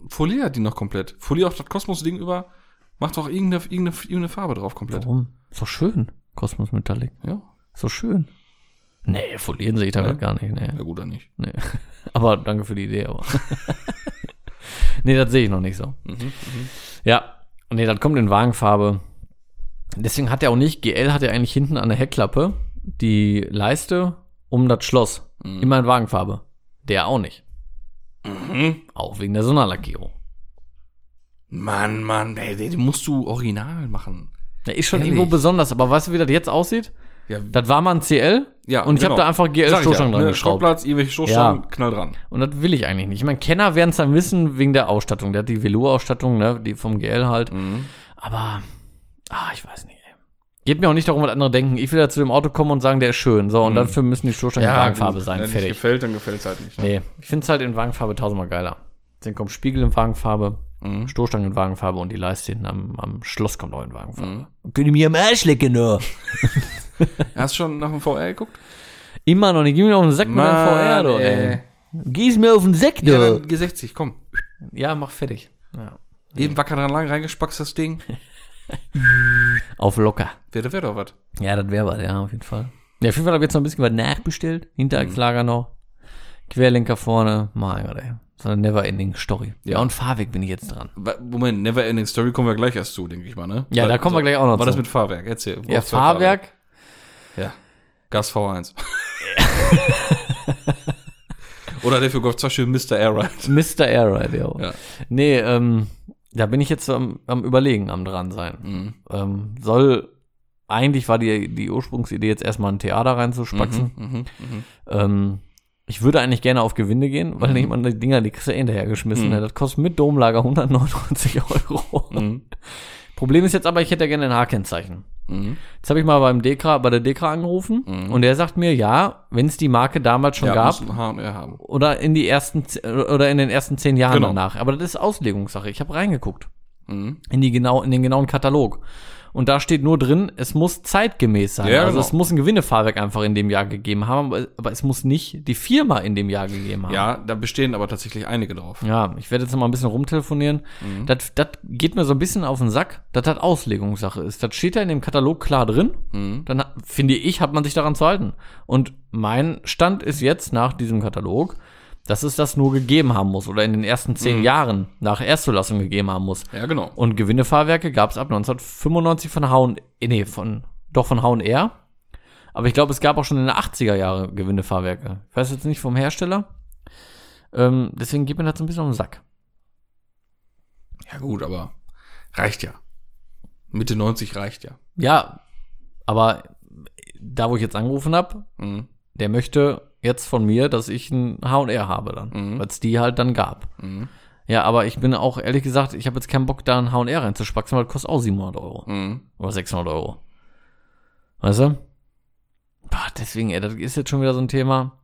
[SPEAKER 3] foliert die noch komplett. Foliert auch das Kosmos-Ding über, macht doch irgendeine, irgendeine, irgendeine Farbe drauf komplett.
[SPEAKER 2] Warum? Ist doch schön, Kosmos Metallic.
[SPEAKER 3] Ja,
[SPEAKER 2] Ist doch schön. Nee, folieren sehe ich da
[SPEAKER 3] Nee.
[SPEAKER 2] grad gar nicht, ne.
[SPEAKER 3] na gut, dann nicht.
[SPEAKER 2] Nee. Aber danke für die Idee, aber. nee, das sehe ich noch nicht so.
[SPEAKER 3] Mhm,
[SPEAKER 2] Ja, nee, das kommt in Wagenfarbe. Deswegen hat er auch nicht, GL hat er eigentlich hinten an der Heckklappe die Leiste um das Schloss.
[SPEAKER 3] Mhm.
[SPEAKER 2] Immer in Wagenfarbe. Der auch nicht.
[SPEAKER 3] Mhm.
[SPEAKER 2] Auch wegen der Sonderlackierung.
[SPEAKER 3] Mann, Mann, ey, den musst du original machen.
[SPEAKER 2] Der ist schon
[SPEAKER 3] Ehrlich?
[SPEAKER 2] irgendwo besonders, aber weißt du, wie das jetzt aussieht?
[SPEAKER 3] Ja,
[SPEAKER 2] Das war mal ein CL
[SPEAKER 3] ja genau.
[SPEAKER 2] und ich habe da einfach
[SPEAKER 3] Sag ich ja,
[SPEAKER 2] GL-Stoßstangen dran
[SPEAKER 3] ne,
[SPEAKER 2] geschraubt.
[SPEAKER 3] Schrottplatz, irgendwelche Stoßstangen,
[SPEAKER 2] Ja.
[SPEAKER 3] knall dran.
[SPEAKER 2] Und das will ich eigentlich nicht. Ich meine, Kenner werden es dann wissen wegen der Ausstattung. Der hat die Velour-Ausstattung, ne, die vom GL halt.
[SPEAKER 3] Mhm.
[SPEAKER 2] Aber, ah, ich weiß nicht. ey. Geht mir auch nicht darum, was andere denken. Ich will da zu dem Auto kommen und sagen, der ist schön. So, und dafür müssen die Stoßstangen in Wagenfarbe
[SPEAKER 3] Mhm. wenn-
[SPEAKER 2] sein.
[SPEAKER 3] Wenn nicht
[SPEAKER 2] Fertig.
[SPEAKER 3] gefällt, dann gefällt es halt nicht. Ne?
[SPEAKER 2] Nee, ich finde es halt in Wagenfarbe tausendmal geiler. Dann kommt Spiegel in Wagenfarbe,
[SPEAKER 3] Mhm.
[SPEAKER 2] Stoßstangen in Wagenfarbe und die Leiste hinten am, am Schloss kommt auch in Wagenfarbe.
[SPEAKER 3] Mhm.
[SPEAKER 2] Könnt ihr mir am Arsch lecken, ne?
[SPEAKER 3] Hast du schon nach dem VR geguckt?
[SPEAKER 2] Immer noch nicht. Gib mir auf den Sack mit dem
[SPEAKER 3] Mann,
[SPEAKER 2] VR, du,
[SPEAKER 3] ey.
[SPEAKER 2] ey. Gieß mir auf den Sack, du.
[SPEAKER 3] Ja, dann G60, komm.
[SPEAKER 2] ja mach fertig. Ja.
[SPEAKER 3] Eben wacker dran lang reingespackt das Ding.
[SPEAKER 2] Auf locker.
[SPEAKER 3] Wäre wär doch was.
[SPEAKER 2] Ja, das wäre was, ja, auf jeden Fall. Ja, auf jeden Fall habe ich jetzt noch ein bisschen was nachbestellt. Hinterachslager noch. Querlenker vorne. Mein Gott, ey. So eine never-ending Story. Ja. und Fahrweg bin ich jetzt dran.
[SPEAKER 3] Wa- Moment, Neverending Story kommen wir gleich erst zu, denke ich mal, ne?
[SPEAKER 2] Ja, da kommen wir gleich auch noch
[SPEAKER 3] War das
[SPEAKER 2] zu.
[SPEAKER 3] mit Fahrwerk? Erzähl. Wo
[SPEAKER 2] Ja,
[SPEAKER 3] hast du
[SPEAKER 2] Fahrwerk.
[SPEAKER 3] Ja. Gas V1. Oder der für Golf 2 schön Mr. Airride.
[SPEAKER 2] Mr. Airride, ja.
[SPEAKER 3] Ja.
[SPEAKER 2] Nee, ähm, da bin ich jetzt am, am Überlegen, am dran sein. Ähm, soll, eigentlich war die, die Ursprungsidee jetzt erstmal ein Theater reinzuspaxen.
[SPEAKER 3] Mhm, mhm.
[SPEAKER 2] Ähm, ich würde eigentlich gerne auf Gewinde gehen, weil ich meine, die Dinger, die kriegst du eh hinterhergeschmissen. Ne? Das kostet mit Domlager 199 Euro.
[SPEAKER 3] Mhm.
[SPEAKER 2] Problem ist jetzt aber, ich hätte ja gerne ein H-Kennzeichen.
[SPEAKER 3] Mhm.
[SPEAKER 2] Jetzt habe ich mal beim Dekra, bei der Dekra angerufen und der sagt mir, ja, wenn es die Marke damals schon
[SPEAKER 3] Ja,
[SPEAKER 2] gab
[SPEAKER 3] gab. HR haben.
[SPEAKER 2] oder in die ersten ze- oder in den ersten zehn Jahren
[SPEAKER 3] Genau.
[SPEAKER 2] danach. Aber das ist Auslegungssache. Ich habe reingeguckt
[SPEAKER 3] Mhm.
[SPEAKER 2] in die genau in den genauen Katalog. Und da steht nur drin, es muss zeitgemäß sein.
[SPEAKER 3] Ja,
[SPEAKER 2] also
[SPEAKER 3] genau.
[SPEAKER 2] es muss ein Gewinnefahrwerk einfach in dem Jahr gegeben haben, aber, aber es muss nicht die Firma in dem Jahr gegeben haben.
[SPEAKER 3] Ja, da bestehen aber tatsächlich einige drauf.
[SPEAKER 2] Ja, ich werde jetzt noch mal ein bisschen rumtelefonieren. Das, das geht mir so ein bisschen auf den Sack, dass das Auslegungssache ist. Das steht ja in dem Katalog klar drin. Dann ha- finde ich, hat man sich daran zu halten. Und mein Stand ist jetzt nach diesem Katalog, dass es das nur gegeben haben muss oder in den ersten zehn Jahren nach Erstzulassung gegeben haben muss.
[SPEAKER 3] Ja, genau.
[SPEAKER 2] Und Gewinnefahrwerke gab es ab 1995 von H&R, nee, von, doch von H&R. Aber ich glaube, es gab auch schon in den 80er Jahre Gewinnefahrwerke. Ich weiß jetzt nicht vom Hersteller. Ähm, deswegen geht mir das so ein bisschen auf den Sack.
[SPEAKER 3] Ja, gut, aber reicht ja. Mitte 90 reicht ja.
[SPEAKER 2] Ja, aber da, wo ich jetzt angerufen habe,
[SPEAKER 3] Mhm.
[SPEAKER 2] der möchte jetzt von mir, dass ich ein H&R habe dann,
[SPEAKER 3] Mhm.
[SPEAKER 2] weil es die halt dann gab.
[SPEAKER 3] Mhm.
[SPEAKER 2] Ja, aber ich bin auch ehrlich gesagt, ich habe jetzt keinen Bock, da ein H&R reinzuspacken, weil das kostet auch 700 Euro
[SPEAKER 3] Mhm.
[SPEAKER 2] oder 600 Euro. Weißt du? Boah, deswegen, ey, das ist jetzt schon wieder so ein Thema.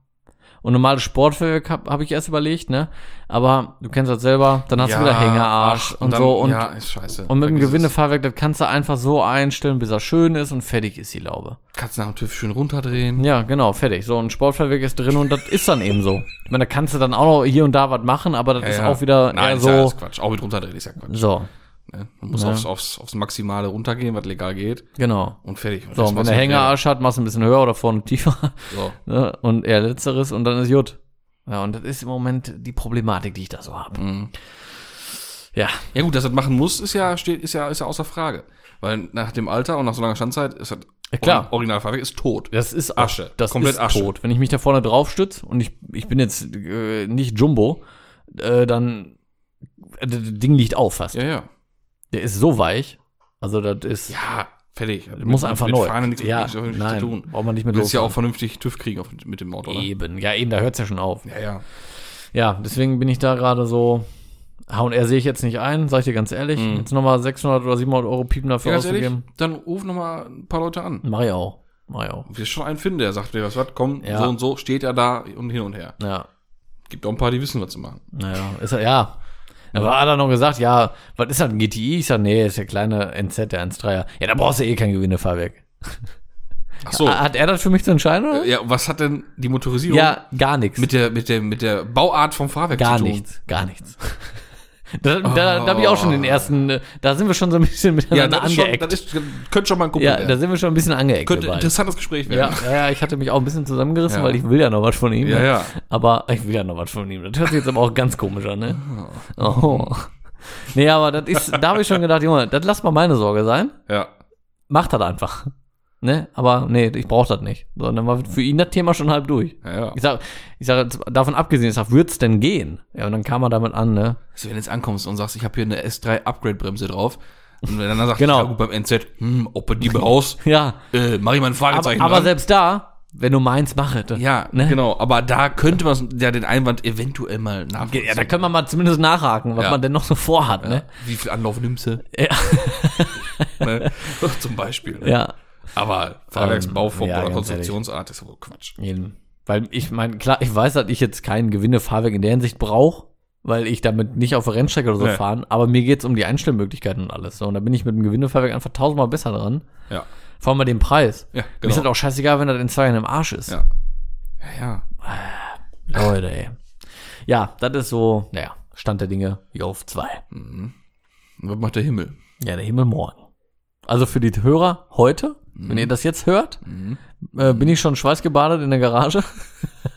[SPEAKER 2] Und normale Sportwerk habe hab ich erst überlegt, ne? Aber du kennst das selber, dann hast
[SPEAKER 3] Ja,
[SPEAKER 2] du wieder Hängerarsch
[SPEAKER 3] ach,
[SPEAKER 2] und, so.
[SPEAKER 3] dann-
[SPEAKER 2] Und,
[SPEAKER 3] ja, ist scheiße.
[SPEAKER 2] und mit dem
[SPEAKER 3] Vergiss es.
[SPEAKER 2] Gewindefahrwerk, das kannst du einfach so einstellen, bis er schön ist und fertig ist die Laube.
[SPEAKER 3] Kannst nach dem TÜV schön runterdrehen.
[SPEAKER 2] Ja, genau, fertig. So, ein Sportverweg ist drin und das ist dann eben so. Ich meine, da kannst du dann auch noch hier und da was machen, aber das
[SPEAKER 3] Ja,
[SPEAKER 2] ist
[SPEAKER 3] ja.
[SPEAKER 2] auch wieder
[SPEAKER 3] Nein,
[SPEAKER 2] eher
[SPEAKER 3] ist ja
[SPEAKER 2] so.
[SPEAKER 3] alles Quatsch. Auch mit runterdrehen ist ja Quatsch.
[SPEAKER 2] So,
[SPEAKER 3] Ne? Man muss
[SPEAKER 2] Ja.
[SPEAKER 3] aufs, aufs, aufs Maximale runtergehen, was legal geht.
[SPEAKER 2] genau.
[SPEAKER 3] Und fertig. Und
[SPEAKER 2] So,
[SPEAKER 3] das
[SPEAKER 2] und wenn
[SPEAKER 3] war's
[SPEAKER 2] der
[SPEAKER 3] mit
[SPEAKER 2] Hängerarsch hat, machst du ein bisschen höher oder vorne tiefer.
[SPEAKER 3] Pferde. So.
[SPEAKER 2] Ne? Und eher letzteres und dann ist gut. Ja, und das ist im Moment die Problematik, die ich da so habe.
[SPEAKER 3] Mhm.
[SPEAKER 2] Ja,
[SPEAKER 3] Ja gut, dass er das machen muss, ist ja, steht, ist ja, ist ja außer Frage. Weil nach dem Alter und nach so langer Standzeit ist das
[SPEAKER 2] Ja, klar.
[SPEAKER 3] Originalfahrwerk ist tot.
[SPEAKER 2] das ist auch-
[SPEAKER 3] Asche.
[SPEAKER 2] Das
[SPEAKER 3] Komplett
[SPEAKER 2] ist
[SPEAKER 3] Asche.
[SPEAKER 2] tot. Wenn ich mich da vorne drauf stütze und ich, ich bin jetzt äh, nicht Jumbo, äh, dann äh, das Ding liegt auf fast.
[SPEAKER 3] Ja, ja.
[SPEAKER 2] Der ist so weich. Also das ist.
[SPEAKER 3] Ja, fertig.
[SPEAKER 2] Du musst einfach neu.
[SPEAKER 3] Fahne nichts,
[SPEAKER 2] ja,
[SPEAKER 3] nichts, nichts
[SPEAKER 2] nein,
[SPEAKER 3] zu tun.
[SPEAKER 2] braucht man nicht
[SPEAKER 3] Du
[SPEAKER 2] mit
[SPEAKER 3] willst ja auch
[SPEAKER 2] losfahren.
[SPEAKER 3] vernünftig TÜV kriegen auf, mit dem Auto, oder?
[SPEAKER 2] Eben, ja eben, da hört's ja schon auf.
[SPEAKER 3] Ja, ja.
[SPEAKER 2] Ja, deswegen bin ich da gerade so, H&R sehe ich jetzt nicht ein, sag ich dir ganz ehrlich.
[SPEAKER 3] Mhm.
[SPEAKER 2] Jetzt nochmal 600 oder 700 Euro Piepen
[SPEAKER 3] Ja,
[SPEAKER 2] dafür
[SPEAKER 3] ganz ehrlich,
[SPEAKER 2] auszugeben.
[SPEAKER 3] dann ruf noch mal ein paar Leute an.
[SPEAKER 2] Mach ich auch, mach ich auch.
[SPEAKER 3] Ob wir schon einen finden, der sagt, wer was was, komm,
[SPEAKER 2] Ja.
[SPEAKER 3] so und so, steht er da und hin und her.
[SPEAKER 2] Ja,
[SPEAKER 3] Gibt auch ein paar, die wissen, was zu machen.
[SPEAKER 2] naja, ist ja, ja. Aber hat er noch gesagt, ja, was ist das, ein GTI? Ich sag, nee, ist der kleine NZ, der 1.3er. Ja, da brauchst du eh kein Gewindefahrwerk.
[SPEAKER 3] Ach so.
[SPEAKER 2] Hat er das für mich zu entscheiden, oder?
[SPEAKER 3] Ja, was hat denn die Motorisierung
[SPEAKER 2] ah. Ja, gar nichts.
[SPEAKER 3] mit, der, mit, der, mit der Bauart vom Fahrwerk
[SPEAKER 2] Gar
[SPEAKER 3] zu tun?
[SPEAKER 2] nichts, gar nichts. Da, da, da hab ich auch schon den ersten, äh, da sind wir schon so ein bisschen
[SPEAKER 3] Oh. Ja,
[SPEAKER 2] miteinander
[SPEAKER 3] das, ist schon,
[SPEAKER 2] angeeckt.
[SPEAKER 3] das ist, könnte schon mal ein Kumpel
[SPEAKER 2] ja, da
[SPEAKER 3] werden.
[SPEAKER 2] sind wir schon ein bisschen angeeckt.
[SPEAKER 3] Könnte ein
[SPEAKER 2] wir beide.
[SPEAKER 3] interessantes Gespräch
[SPEAKER 2] ja,
[SPEAKER 3] werden.
[SPEAKER 2] ja, ja, ich hatte mich auch ein bisschen zusammengerissen,
[SPEAKER 3] Ja.
[SPEAKER 2] weil ich will ja noch was von ihm.
[SPEAKER 3] Ja,
[SPEAKER 2] ne?
[SPEAKER 3] ja.
[SPEAKER 2] Aber ich will ja noch was von ihm. Das hört sich jetzt aber auch ganz komisch an, ne? Oh. Nee, aber das ist, da habe ich schon gedacht, Junge, das lass mal meine Sorge sein.
[SPEAKER 3] Ja.
[SPEAKER 2] Mach das einfach. Ne? Aber nee, ich brauche das nicht. So, und dann war für ihn das Thema schon halb durch.
[SPEAKER 3] ja, ja.
[SPEAKER 2] Ich sag, ich sag, jetzt davon abgesehen, ich sag, wird's denn gehen? Ja, und dann kam er damit an, ne?
[SPEAKER 3] Also, wenn du jetzt ankommst und sagst, ich habe hier eine S3 Upgrade-Bremse drauf, und wenn er dann sagt,
[SPEAKER 2] Genau.
[SPEAKER 3] ja, gut, beim NZ, hm, ob er die brauchst,
[SPEAKER 2] Ja,
[SPEAKER 3] äh, mach ich mal ein
[SPEAKER 2] aber,
[SPEAKER 3] Fragezeichen
[SPEAKER 2] aber
[SPEAKER 3] dran.
[SPEAKER 2] selbst da, wenn du meins machet.
[SPEAKER 3] Ja,
[SPEAKER 2] ne?
[SPEAKER 3] genau. Aber da könnte man ja den Einwand eventuell mal nachvollziehen.
[SPEAKER 2] Ja, da können wir mal zumindest nachhaken, was
[SPEAKER 3] Ja.
[SPEAKER 2] man denn noch so vorhat, ne?
[SPEAKER 3] Wie viel Anlauf nimmst du?
[SPEAKER 2] Ja.
[SPEAKER 3] ne? Zum Beispiel. Ne?
[SPEAKER 2] Ja.
[SPEAKER 3] Aber Fahrwerksbauform
[SPEAKER 2] Ähm, ja,
[SPEAKER 3] oder
[SPEAKER 2] ganz
[SPEAKER 3] Konstruktionsart ist wohl Quatsch.
[SPEAKER 2] Jeden. Weil ich meine, klar, ich weiß, dass ich jetzt kein Gewindefahrwerk in der Hinsicht brauche, weil ich damit nicht auf der Rennstrecke oder so
[SPEAKER 3] Nee.
[SPEAKER 2] fahren, aber mir geht's um die Einstellmöglichkeiten und alles. So, und da bin ich mit dem Gewindefahrwerk einfach tausendmal besser dran.
[SPEAKER 3] Ja.
[SPEAKER 2] Vor allem bei dem Preis.
[SPEAKER 3] Ja,
[SPEAKER 2] Mir ist das
[SPEAKER 3] genau.
[SPEAKER 2] auch scheißegal, wenn das in zwei Jahren im Arsch ist.
[SPEAKER 3] Ja. Ja, ja.
[SPEAKER 2] Leute, ey. Ja, das ist so, naja, Stand der Dinge, Jov 2.
[SPEAKER 3] Und was macht der Himmel?
[SPEAKER 2] Ja, der Himmel morgen. Also für die Hörer heute, wenn
[SPEAKER 3] Mhm.
[SPEAKER 2] ihr das jetzt hört, äh, bin ich schon schweißgebadet in der Garage.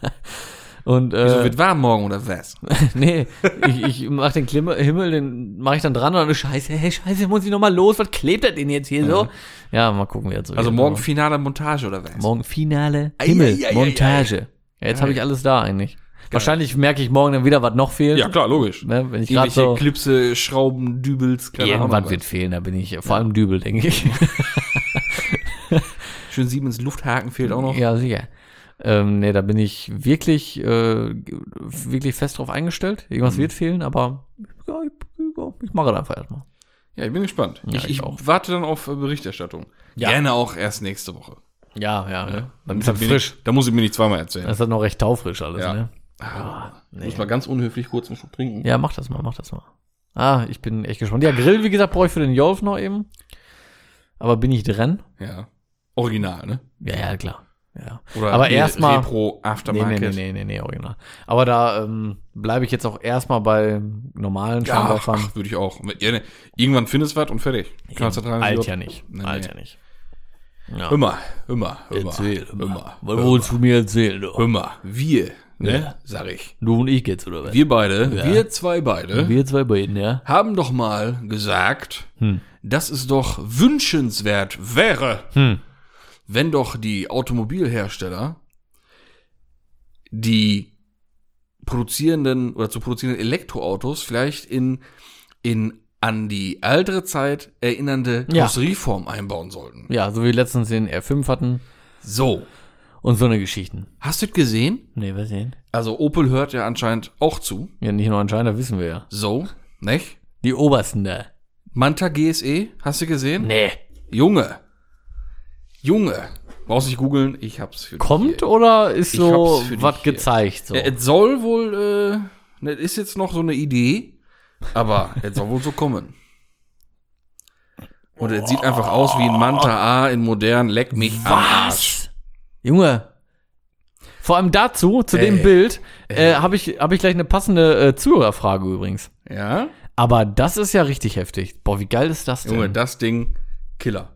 [SPEAKER 2] Und äh,
[SPEAKER 3] Also wird warm morgen oder was?
[SPEAKER 2] nee, ich, ich mach den Klimme, Himmel, den mache ich dann dran und dann scheiße, hey, scheiße, muss ich nochmal los, was klebt das denn jetzt hier so? Ja, mal gucken, wie das so
[SPEAKER 3] Also
[SPEAKER 2] geht.
[SPEAKER 3] morgen
[SPEAKER 2] Aber
[SPEAKER 3] finale Montage oder was?
[SPEAKER 2] morgen Finale, Himmel,
[SPEAKER 3] ei, ei,
[SPEAKER 2] Montage. Ja, jetzt habe ich alles da eigentlich. Wahrscheinlich merke ich morgen dann wieder, was noch fehlt.
[SPEAKER 3] Ja, klar, logisch.
[SPEAKER 2] Ne, wenn ich gerade
[SPEAKER 3] Irgendwelche
[SPEAKER 2] so,
[SPEAKER 3] Klipse, Schrauben, Dübels, keine
[SPEAKER 2] irgendwann
[SPEAKER 3] was.
[SPEAKER 2] wird fehlen, da bin ich, vor allem Dübel, denke ich.
[SPEAKER 3] Schön Siemens Lufthaken fehlt auch noch.
[SPEAKER 2] Ja, sicher. Ähm, nee, da bin ich wirklich, äh, g- wirklich fest drauf eingestellt. Irgendwas
[SPEAKER 3] Mhm.
[SPEAKER 2] wird fehlen, aber ja, ich, ja, ich mache das einfach erstmal.
[SPEAKER 3] Ja, ich bin gespannt. ich
[SPEAKER 2] ich
[SPEAKER 3] ich
[SPEAKER 2] auch.
[SPEAKER 3] warte dann auf äh, Berichterstattung.
[SPEAKER 2] Ja.
[SPEAKER 3] Gerne auch erst nächste Woche.
[SPEAKER 2] Ja, ja, ja. Dann ist
[SPEAKER 3] Da
[SPEAKER 2] das
[SPEAKER 3] bin
[SPEAKER 2] frisch.
[SPEAKER 3] Ich, da muss ich mir nicht zweimal erzählen.
[SPEAKER 2] Das ist halt noch recht taufrisch alles,
[SPEAKER 3] Ja.
[SPEAKER 2] ne?
[SPEAKER 3] Muss mal ganz unhöflich kurz einen Schluck trinken.
[SPEAKER 2] Ja, mach das mal, mach das mal. Ah, ich bin echt gespannt. Ja, Grill, wie gesagt, brauche ich für den Jolf noch eben. Aber bin ich dran?
[SPEAKER 3] Ja. Original, ne?
[SPEAKER 2] Ja, ja, klar. Ja.
[SPEAKER 3] Oder
[SPEAKER 2] Aber
[SPEAKER 3] nee,
[SPEAKER 2] erstmal-
[SPEAKER 3] Repro
[SPEAKER 2] Nee, nee,
[SPEAKER 3] Aftermarket.
[SPEAKER 2] nee, nee, nee, nee, original. Aber da ähm, bleibe ich jetzt auch erstmal bei normalen
[SPEAKER 3] Ja,
[SPEAKER 2] Scheinwerfern.
[SPEAKER 3] ach, würde ich auch. Ja, ne. Irgendwann findest du was und fertig. Kannst du dran-
[SPEAKER 2] Alt ja nicht.
[SPEAKER 3] Nee,
[SPEAKER 2] Alt
[SPEAKER 3] nee.
[SPEAKER 2] ja nicht.
[SPEAKER 3] Immer, immer, immer.
[SPEAKER 2] Erzähl,
[SPEAKER 3] immer.
[SPEAKER 2] Was wolltest du mir erzählen? Du,
[SPEAKER 3] Immer. Wir, ne? Sag ich.
[SPEAKER 2] du und ich jetzt, oder was?
[SPEAKER 3] Wir beide, wir zwei beide,
[SPEAKER 2] Wir zwei beiden, ja.
[SPEAKER 3] haben doch mal gesagt,
[SPEAKER 2] Hm.
[SPEAKER 3] dass es doch wünschenswert wäre, wenn doch die Automobilhersteller die produzierenden oder zu produzierenden Elektroautos vielleicht in, in an die ältere Zeit erinnernde
[SPEAKER 2] Ja.
[SPEAKER 3] Karosserieform einbauen sollten.
[SPEAKER 2] Ja, so wie wir letztens den R5 hatten
[SPEAKER 3] So,
[SPEAKER 2] und so eine Geschichten.
[SPEAKER 3] hast du das gesehen?
[SPEAKER 2] Nee, was denn?
[SPEAKER 3] Also Opel hört ja anscheinend auch zu.
[SPEAKER 2] Ja, nicht nur anscheinend, das wissen wir ja.
[SPEAKER 3] So, nicht?
[SPEAKER 2] Die Obersten da.
[SPEAKER 3] Manta GSE, hast du gesehen?
[SPEAKER 2] Nee.
[SPEAKER 3] Junge. Junge. Brauchst nicht googeln, ich hab's für dich
[SPEAKER 2] Kommt
[SPEAKER 3] hier.
[SPEAKER 2] oder ist
[SPEAKER 3] Ich
[SPEAKER 2] so
[SPEAKER 3] hab's für dich
[SPEAKER 2] was
[SPEAKER 3] hier. Äh,
[SPEAKER 2] gezeigt? So.
[SPEAKER 3] Ja, es soll wohl, äh, ne, ist jetzt noch so eine Idee, aber es soll wohl so kommen. Und es sieht einfach aus wie ein Manta A in modern, leck mich am Arsch.
[SPEAKER 2] Junge. Vor allem dazu, zu dem
[SPEAKER 3] Ey.
[SPEAKER 2] Bild, äh, habe ich, hab ich gleich eine passende äh, Zuhörerfrage übrigens.
[SPEAKER 3] Ja?
[SPEAKER 2] Aber das ist ja richtig heftig. Boah, wie geil ist das denn?
[SPEAKER 3] Junge, das Ding, Killer.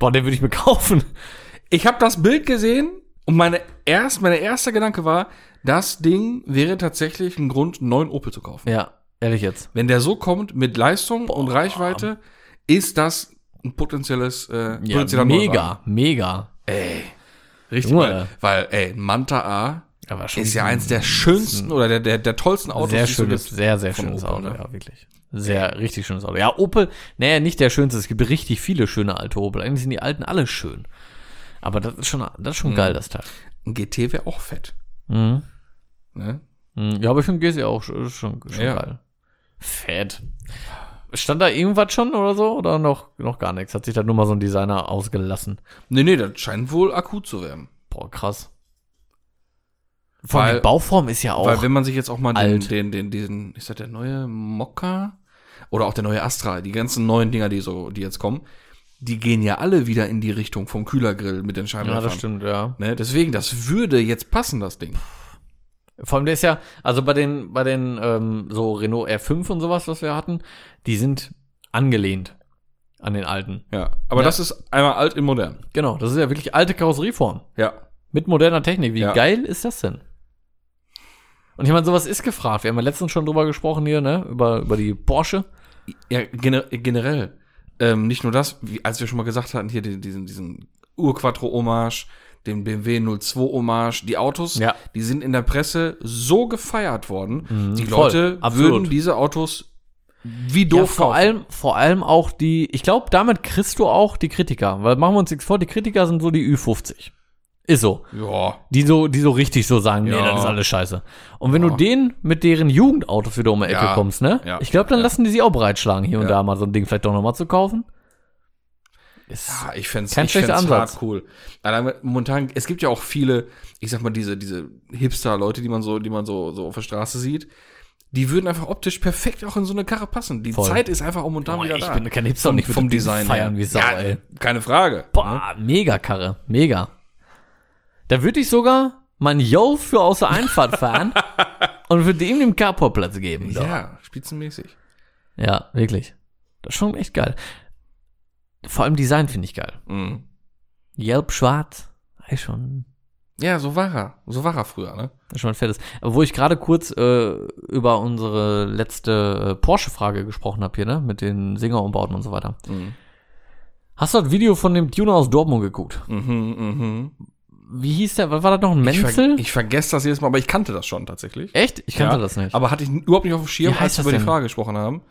[SPEAKER 2] Boah, den würde ich mir kaufen.
[SPEAKER 3] Ich habe das Bild gesehen und meine erst, mein erster Gedanke war, das Ding wäre tatsächlich ein Grund, einen neuen Opel zu kaufen.
[SPEAKER 2] Ja, ehrlich jetzt.
[SPEAKER 3] Wenn der so kommt mit Leistung und Reichweite, ist das ein potenzielles äh,
[SPEAKER 2] Ja,
[SPEAKER 3] potenzieller Neuwagen.
[SPEAKER 2] mega, mega.
[SPEAKER 3] Ey, richtig,
[SPEAKER 2] Junge.
[SPEAKER 3] weil, weil ey, ein Manta A
[SPEAKER 2] Aber schon
[SPEAKER 3] ist ja eins der schönsten oder der, der, der tollsten Autos,
[SPEAKER 2] sehr
[SPEAKER 3] die es so
[SPEAKER 2] schönes,
[SPEAKER 3] gibt.
[SPEAKER 2] sehr, sehr
[SPEAKER 3] von
[SPEAKER 2] schönes
[SPEAKER 3] Opel,
[SPEAKER 2] Auto,
[SPEAKER 3] ne?
[SPEAKER 2] ja, wirklich. Sehr, richtig schönes Auto. Ja, Opel, naja, nicht der schönste. Es gibt richtig viele schöne alte Opel. Eigentlich sind die alten alle schön. Aber das ist schon, das ist
[SPEAKER 3] Mhm.
[SPEAKER 2] schon geil, das Teil.
[SPEAKER 3] Ein GT wäre auch fett.
[SPEAKER 2] Mhm.
[SPEAKER 3] Ne?
[SPEAKER 2] Mhm, Ja, aber ich finde GS ja auch sch- ist schon, schon
[SPEAKER 3] Ja.
[SPEAKER 2] geil. Fett. Stand da irgendwas schon oder so? Oder noch, noch gar nichts? Hat sich da nur mal so ein Designer ausgelassen.
[SPEAKER 3] Nee, nee, das scheint wohl akut zu werden.
[SPEAKER 2] Boah, krass. Vor allem
[SPEAKER 3] Weil-
[SPEAKER 2] die Bauform ist ja auch.
[SPEAKER 3] Weil wenn man sich jetzt auch mal den,
[SPEAKER 2] alt.
[SPEAKER 3] den, den, diesen, ist das der neue Mokka? Oder auch der neue Astra, die ganzen neuen Dinger, die so, die jetzt kommen, die gehen ja alle wieder in die Richtung vom Kühlergrill mit den
[SPEAKER 2] ja,
[SPEAKER 3] Scheinwerfern.
[SPEAKER 2] das stimmt, ja.
[SPEAKER 3] Ne? Deswegen, das würde jetzt passen, das Ding.
[SPEAKER 2] Vor allem der ist ja, also bei den, bei den ähm, so Renault R5 und sowas, was wir hatten, die sind angelehnt an den alten.
[SPEAKER 3] Ja. Aber
[SPEAKER 2] Ja.
[SPEAKER 3] das ist einmal alt in modern.
[SPEAKER 2] Genau, das ist ja wirklich alte Karosserieform
[SPEAKER 3] Ja.
[SPEAKER 2] mit moderner Technik. Wie
[SPEAKER 3] Ja.
[SPEAKER 2] geil ist das denn? Und ich meine, sowas ist gefragt. Wir haben ja letztens schon drüber gesprochen hier, ne? Über, über die Porsche.
[SPEAKER 3] Ja, gener generell. Ähm, nicht nur das, wie, als wir schon mal gesagt hatten, hier den, diesen, diesen Urquattro-Hommage, den BMW 02-Hommage, die Autos,
[SPEAKER 2] Ja.
[SPEAKER 3] die sind in der Presse so gefeiert worden. die
[SPEAKER 2] voll,
[SPEAKER 3] Leute
[SPEAKER 2] absolut.
[SPEAKER 3] würden diese Autos wie
[SPEAKER 2] Ja,
[SPEAKER 3] doof
[SPEAKER 2] vor
[SPEAKER 3] kaufen.
[SPEAKER 2] allem, vor allem auch die, ich glaube, damit kriegst du auch die Kritiker. Weil machen wir uns nichts vor, die Kritiker sind so die Ü50. Ist so.
[SPEAKER 3] Ja,
[SPEAKER 2] Die so, die so richtig so sagen, nee,
[SPEAKER 3] Ja.
[SPEAKER 2] das ist alles scheiße. Und wenn du denen mit deren Jugendautos wieder um die Ecke
[SPEAKER 3] Ja.
[SPEAKER 2] kommst, ne?
[SPEAKER 3] Ja.
[SPEAKER 2] Ich glaube, dann lassen die sich auch breitschlagen, hier und
[SPEAKER 3] Ja.
[SPEAKER 2] da mal so ein Ding vielleicht doch nochmal zu kaufen. Ist,
[SPEAKER 3] Ah, ich fänd's,
[SPEAKER 2] Kein
[SPEAKER 3] ich
[SPEAKER 2] schlechter
[SPEAKER 3] fänd's
[SPEAKER 2] Ansatz.
[SPEAKER 3] hart cool. Allein momentan, es gibt ja auch viele, ich sag mal, diese, diese Hipster-Leute, die man so, die man so, so auf der Straße sieht, die würden einfach optisch perfekt auch in so eine Karre passen. Die
[SPEAKER 2] Voll.
[SPEAKER 3] Zeit ist einfach auch momentan
[SPEAKER 2] Junge,
[SPEAKER 3] wieder
[SPEAKER 2] ich
[SPEAKER 3] da.
[SPEAKER 2] bin kein Hipster und ich würd
[SPEAKER 3] vom
[SPEAKER 2] das Ding
[SPEAKER 3] Design
[SPEAKER 2] feiern
[SPEAKER 3] her.
[SPEAKER 2] wie Sau, ey.
[SPEAKER 3] Keine Frage.
[SPEAKER 2] boah, mega Karre, mega. Da würde ich sogar mein Yo für aus der Einfahrt fahren und würde ihm den Carportplatz geben. doch.
[SPEAKER 3] Ja, spitzenmäßig.
[SPEAKER 2] ja, wirklich. Das ist schon echt geil. Vor allem Design finde ich geil.
[SPEAKER 3] Mhm.
[SPEAKER 2] Gelb, schwarz, ey, schon.
[SPEAKER 3] Ja, so war er. So war er früher, ne?
[SPEAKER 2] Das ist schon ein fettes. Aber wo ich gerade kurz äh, über unsere letzte äh, Porsche-Frage gesprochen habe hier, ne? Mit den Singerumbauten und so weiter.
[SPEAKER 3] Mhm.
[SPEAKER 2] Hast du das Video von dem Tuner aus Dortmund geguckt?
[SPEAKER 3] Mhm, mhm.
[SPEAKER 2] Wie hieß der? Was war das noch? Ein
[SPEAKER 3] Ich,
[SPEAKER 2] Menzel?
[SPEAKER 3] ver ich vergesse das jedes Mal, aber ich kannte das schon tatsächlich.
[SPEAKER 2] Echt? Ich kannte
[SPEAKER 3] Ja,
[SPEAKER 2] das nicht.
[SPEAKER 3] Aber hatte ich n- überhaupt nicht auf dem Schirm,
[SPEAKER 2] Wie
[SPEAKER 3] als
[SPEAKER 2] heißt
[SPEAKER 3] wir
[SPEAKER 2] das
[SPEAKER 3] über die
[SPEAKER 2] denn?
[SPEAKER 3] Frage gesprochen haben.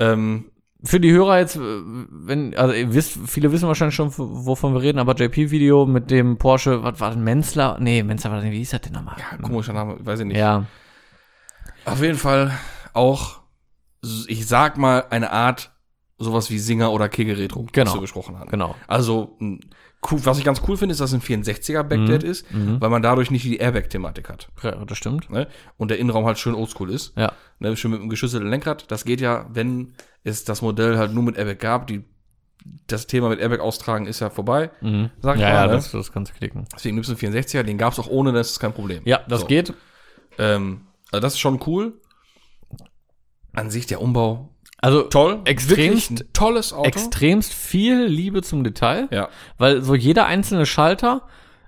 [SPEAKER 3] Ähm,
[SPEAKER 2] Für die Hörer jetzt, äh, wenn, also ihr wisst, viele wissen wahrscheinlich schon, wovon wir reden, aber JP-Video mit dem Porsche, was war das? Menzler? Nee, Menzler war das nicht. Wie hieß das denn nochmal?
[SPEAKER 3] ja, komischer Name, weiß ich nicht.
[SPEAKER 2] Ja.
[SPEAKER 3] Auf jeden Fall auch, s- ich sag mal, eine Art, sowas wie Singer oder Kegeretro,
[SPEAKER 2] Genau.
[SPEAKER 3] wir gesprochen haben.
[SPEAKER 2] Genau.
[SPEAKER 3] Also, m, cool, was ich ganz cool finde, ist, dass es ein 64er
[SPEAKER 2] Mhm.
[SPEAKER 3] Backlit ist, weil man dadurch nicht die Airbag-Thematik hat.
[SPEAKER 2] Ja, das stimmt.
[SPEAKER 3] Ne? Und der Innenraum halt schön oldschool ist.
[SPEAKER 2] Ja.
[SPEAKER 3] Ne? Schön mit einem geschüsselten Lenkrad. Das geht ja, wenn es das Modell halt nur mit Airbag gab. Die, das Thema mit Airbag austragen ist ja vorbei. Sag
[SPEAKER 2] Ja,
[SPEAKER 3] ich
[SPEAKER 2] Mhm. ja,
[SPEAKER 3] mal, ne?
[SPEAKER 2] das, das kannst du klicken.
[SPEAKER 3] Deswegen nimmst du einen 64er, den gab es auch ohne, das ist kein Problem.
[SPEAKER 2] Ja, das
[SPEAKER 3] So.
[SPEAKER 2] geht.
[SPEAKER 3] Ähm, also das ist schon cool. An sich der Umbau
[SPEAKER 2] Also,
[SPEAKER 3] toll.
[SPEAKER 2] Extremst-
[SPEAKER 3] Wirklich ein tolles Auto.
[SPEAKER 2] extremst viel Liebe zum Detail,
[SPEAKER 3] Ja.
[SPEAKER 2] weil so jeder einzelne Schalter